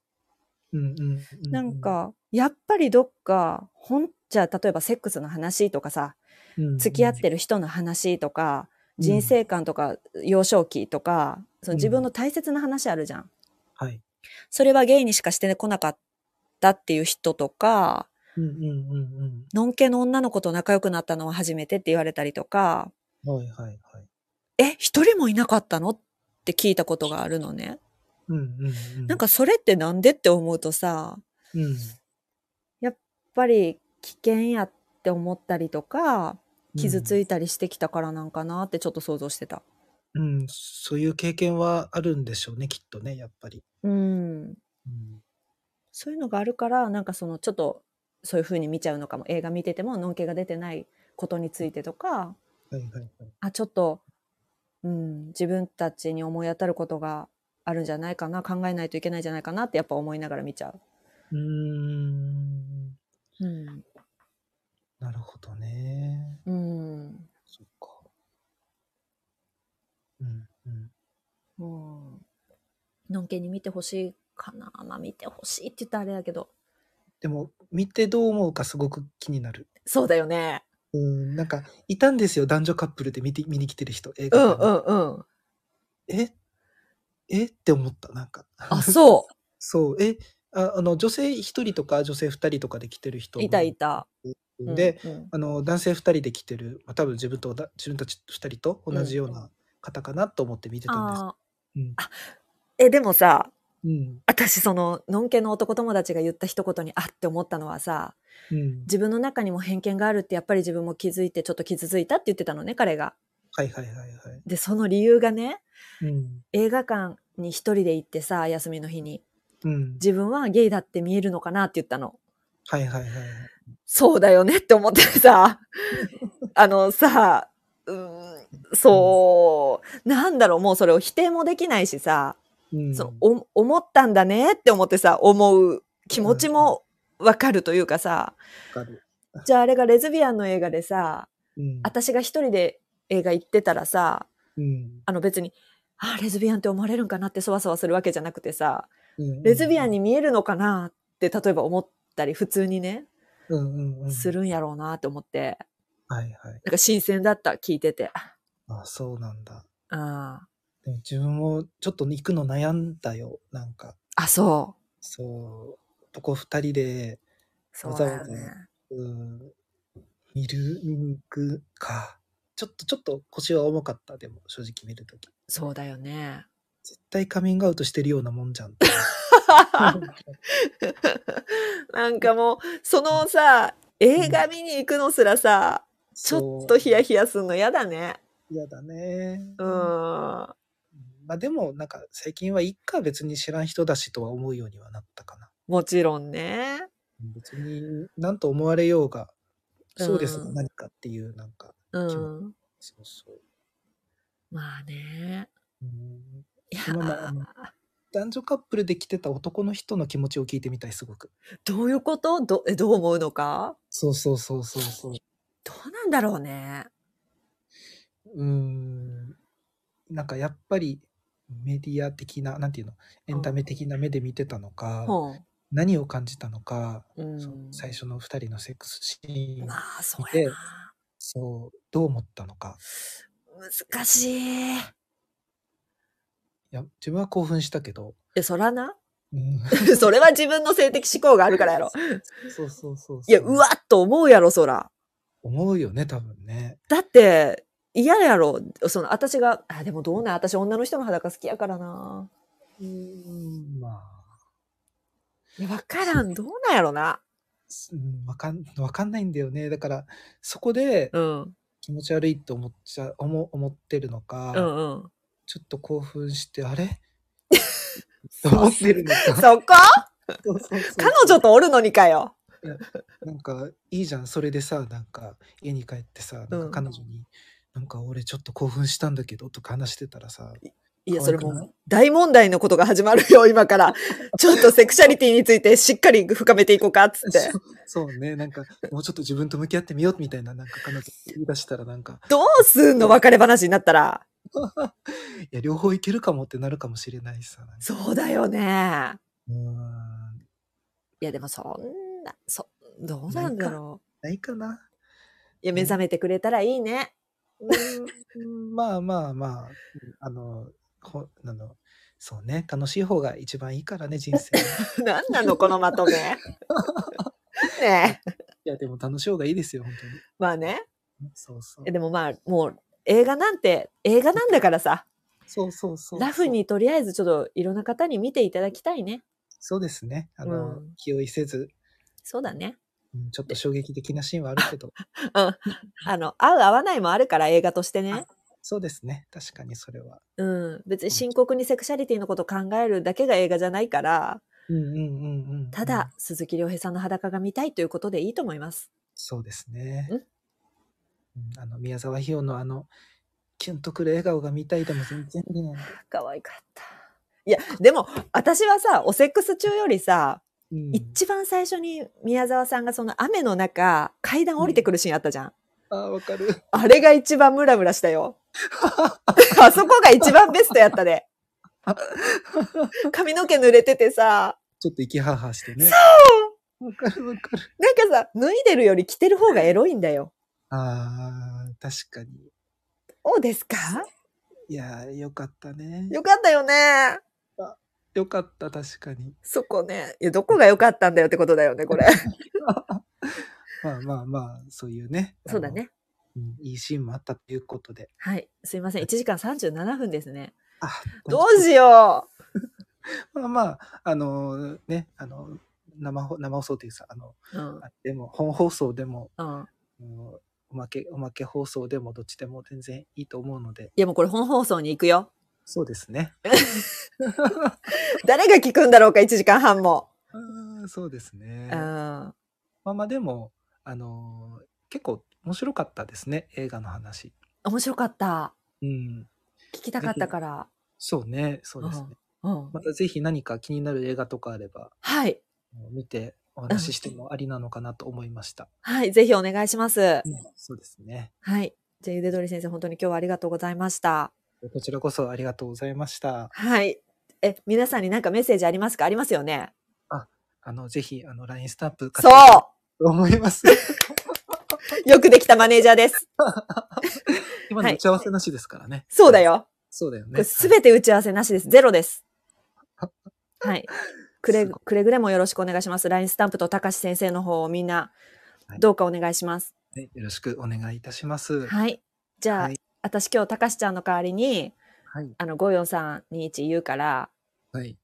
B: うんうんううん。
A: なんかやっぱりどっか本じゃあ例えばセックスの話とかさ
B: うんうんうん
A: 付き合ってる人の話とか人生観とか幼少期とかその自分の大切な話あるじゃん。
B: はい。
A: それはゲイにしかしてこなかったっていう人とか、
B: うんうんうん
A: ノンケの女の子と仲良くなったのは初めてって言われたりとか、
B: うん。はいはいはい。
A: え、一人もいなかったのって聞いたことがあるのね。
B: うんうんうん。
A: なんかそれってなんでって思うとさ、やっ
B: うん
A: ぱり危険やって思ったりとか、傷ついたりしてきたからなんかなってちょっと想像してた。
B: うん、うんそういう経験はあるんでしょうねきっとねやっぱり。
A: うん。
B: うん
A: そういうのがあるから、なんかそのちょっとそういう風に見ちゃうのかも。映画見ててもノンケが出てないことについてとか、
B: はいはいはい。
A: あちょっと、うん、自分たちに思い当たることがあるんじゃないかな考えないといけないんじゃないかなってやっぱ思いながら見ちゃ
B: うーん
A: う。うん
B: なるほどね。
A: うん
B: そっか。うんうん。
A: うん、のんけに見てほしいかなまあ見てほしいって言ったらあれだけど
B: でも見てどう思うかすごく気になる。
A: そうだよね
B: うん、なんか、いたんですよ、男女カップルで見て見に来てる人、映
A: う
B: 画
A: ん
B: 館に
A: うんうん
B: ええって思った、なんか。
A: あそ
B: そう、えああの、女性一人とか女性二人とかで来てる人
A: う
B: も
A: いたいた、うん
B: で、
A: うん
B: あの、男性二人で来てる、まあ、多分自分とだ、自分たち二人と同じような方かなと思って見てたんです。
A: あ
B: うん
A: あえでもさ
B: うん。
A: 私そののんけの男友達が言った一言にあって思ったのはさ
B: うん。
A: 自分の中にも偏見があるってやっぱり自分も気づいてちょっと傷ついたって言ってたのね彼が。
B: はいはいはいはい。
A: でその理由がね
B: うん。
A: 映画館に一人で行ってさ休みの日に
B: うん。
A: 自分はゲイだって見えるのかなって言ったの
B: はいはいはいはい。
A: そうだよねって思って さあのさうーんそうなんだろうもうそれを否定もできないしさ、
B: うん。
A: そのお思ったんだねって思ってさ思う気持ちもわかるというかさ
B: わかる。
A: じゃああれがレズビアンの映画でさ
B: うん。
A: 私が一人で映画行ってたらさ
B: うん。
A: あの別にあレズビアンって思われるんかなってそわそわするわけじゃなくてさ
B: うん
A: レズビアンに見えるのかなって例えば思ったり普通にね
B: うんうんうん。
A: す。るんやろうなと思って、
B: はいはい。
A: なんか新鮮だった、聞いてて。
B: あ、そうなんだ。
A: あ
B: でも自分もちょっと行くの悩んだよ。なんか、
A: あ、そ
B: そう、男二人で、
A: う。そうだよ
B: わざわ
A: ね
B: ざ。うん、見る、見に行くか。ちょっと、ちょっと腰は重かった。でも、正直見るとき。
A: そうだよね。
B: 絶対カミングアウトしてるようなもんじゃんって。
A: なんかもう、そのさ、映画見に行くのすらさ、ちょっとヒヤヒヤすんの嫌だね。
B: 嫌だね。
A: うん。あ
B: まあでも、なんか最近はいっか別に知らん人だしとは思うようにはなったかな。
A: もちろんね。
B: 別に何と思われようが、そうです
A: う
B: が
A: ん
B: 何かっていう、なんか、
A: うん。
B: そうそう。
A: まあね。
B: うん
A: いや
B: その まま男女カップルで来てた男の人の気持ちを聞いてみたい、すごく。
A: どういうことどえどう思うのか
B: そうそうそうそうそう。
A: どうなんだろうね。
B: うーんなんかやっぱりメディア的な、なんていうの、エンタメ的な目で見てたのか、
A: ほう
B: 何を感じたのか、
A: うん
B: その最初の2人のセックスシーン、
A: まあ、そうやな。
B: そう、どう思ったのか。
A: 難しい。い
B: いや、自分は興奮したけど、
A: や、そら な。
B: うん、
A: それは自分の性的思考があるからやろ。
B: そうそうそうそう。
A: いや、うわっと思うやろ、そら。
B: 思うよね、多分ね。
A: だって、嫌やろ。その、私が、あ、でもどうなん私、女の人の裸好きやからな。
B: うーん、まあ、
A: いや、わから ん。どうなんやろな。
B: すうんわかん、わかんないんだよね。だから、そこで
A: うん。うん
B: 気持ち悪いって思っちゃ、思思ってるのか、
A: うん。
B: ちょっと興奮して、あれと思ってるのか。
A: そこ
B: そうそうそう
A: 彼女とおるのにかよ。
B: なんか、いいじゃん。それでさ、なんか、家に帰ってさ、なん
A: うん
B: か彼女に、なんか俺ちょっと興奮したんだけど、とか話してたらさ、
A: いや、
B: 可
A: そ
B: 愛
A: れ
B: くない
A: もう大問題のことが始まるよ、今 から。ちょっとセクシャリティについてしっかり深めていこうか、 つって
B: そ。うそうね、なんか、もうちょっと自分と向き合ってみよう、みたいな、なんか彼女言い出したら、なんか、
A: どうすんの別れ話になったら。
B: いや、両方いけるかもってなるかもしれないしさ、なんか
A: そうだよね。
B: うーん、
A: いや、でもそんな、そ、どうなんだろう。
B: ないかな。
A: いや、目覚めてくれたらいいね。
B: うーんまあまあまあ、あの、ほあのそうね、楽しい方が一番いいからね、人生。
A: なんなの、このまと め。ねえ。
B: いや、でも楽しい方がいいですよ、本当に。
A: まあね。
B: そうそう
A: え。でもまあ、もう映画なんて、映画なんだからさ、
B: そうそうそう。
A: ラフにとりあえずちょっといろんな方に見ていただきたいね。
B: そうですね。あの、
A: うん
B: 気負いせず、
A: そうだね。
B: うんちょっと衝撃的なシーンはあるけど、
A: あの、合う合わないもあるから映画としてね。
B: そうですね。確かにそれは。
A: うん。別に深刻にセクシャリティのことを考えるだけが映画じゃないから、
B: うんうんうんうん。
A: た
B: うん
A: だ、、鈴木亮平さんの裸が見たいということでいいと思います。
B: そうですね。
A: うん
B: うんあの、宮沢ひよのあの、キュンとくる笑顔が見たいでも全然ね。
A: 可愛かった。いや、でも、私はさ、おセックス中よりさ、
B: うん、
A: 一番最初に宮沢さんがその雨の中、階段降りてくるシーンあったじゃん。
B: あーわかる。
A: あれが一番ムラムラした よ。あそこが一番ベストやった で。髪の毛濡れててさ、
B: ちょっと息ハーハーしてね。わかるわかる。
A: なんかさ、脱いでるより着てる方がエロいんだよ。
B: ああ、確かに。
A: おですか
B: いやー、よかったね。
A: よかったよね。
B: よかった、確かに。
A: そこね。いや、どこが良かったんだよってことだよね、これ。
B: まあまあまあ、そういうね。あの
A: そうだね。
B: うんいいシーンもあったということで。
A: はい。すいません。1時間37分ですね。
B: あ
A: どうしよう。
B: まあまあ、あのね、あの、生放生放送というさ、あの、
A: うん
B: あでも、本放送でも、
A: うん、
B: うんおまけ、おまけ放送でも、どっちでも全然いいと思うので、
A: いやもうこれ本放送に行くよ。
B: そうですね。
A: 誰が聞くんだろうか、1時間半も。
B: うんそうですね
A: う。ん。
B: まあまあ、でも、あの結構面白かったですね、映画の話。
A: 面白かった。
B: うん。
A: 聞きたかったから。
B: そうね、そうですね。
A: うん。
B: またぜひ何か気になる映画とかあれば、
A: はい。
B: 見てお話ししてもありなのかなと思いました。
A: はい。ぜひお願いします。
B: うんそうですね。
A: はい。じゃあ、ゆでどり先生、本当に今日はありがとうございました。
B: こちらこそありがとうございました。
A: はい。え、皆さんに何かメッセージありますかありますよね
B: あの、ぜひ、あの、LINE スタンプ買
A: そ
B: って
A: う
B: 思います。
A: よくできたマネージャーです。
B: 今の打ち合わせなしですからね。
A: そうだよ。
B: そうだよ
A: こ
B: ね。
A: れすべて打ち合わせなしです。ゼロ です。はい。くれ、
B: すご
A: くれぐれもよろしくお願いします。LINE スタンプと高橋先生の方をみんな
B: はい、
A: どうかお願いします。
B: はいよろしくお願いいたします。はい。
A: はい。じゃあ、
B: はい
A: 私今日高橋ちゃんの代わりに、
B: はい。
A: あの、54321言うから、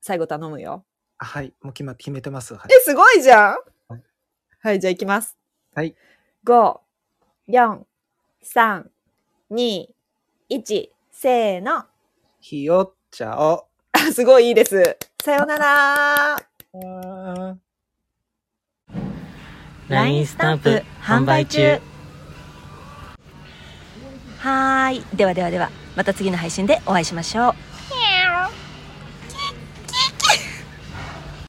A: 最後頼むよ。
B: あはい。もう決まって決めてます。はい
A: え、。すごいじゃん
B: はい
A: はい、じゃあ行きます。
B: はい。
A: 5、4、3、2、1、せーの。
B: ひよっちゃお。
A: あすごいいいです。さようなら。
B: あー
D: LINE スタンプ販売中。
A: はーい。ではではでは、また次の配信でお会いしましょう。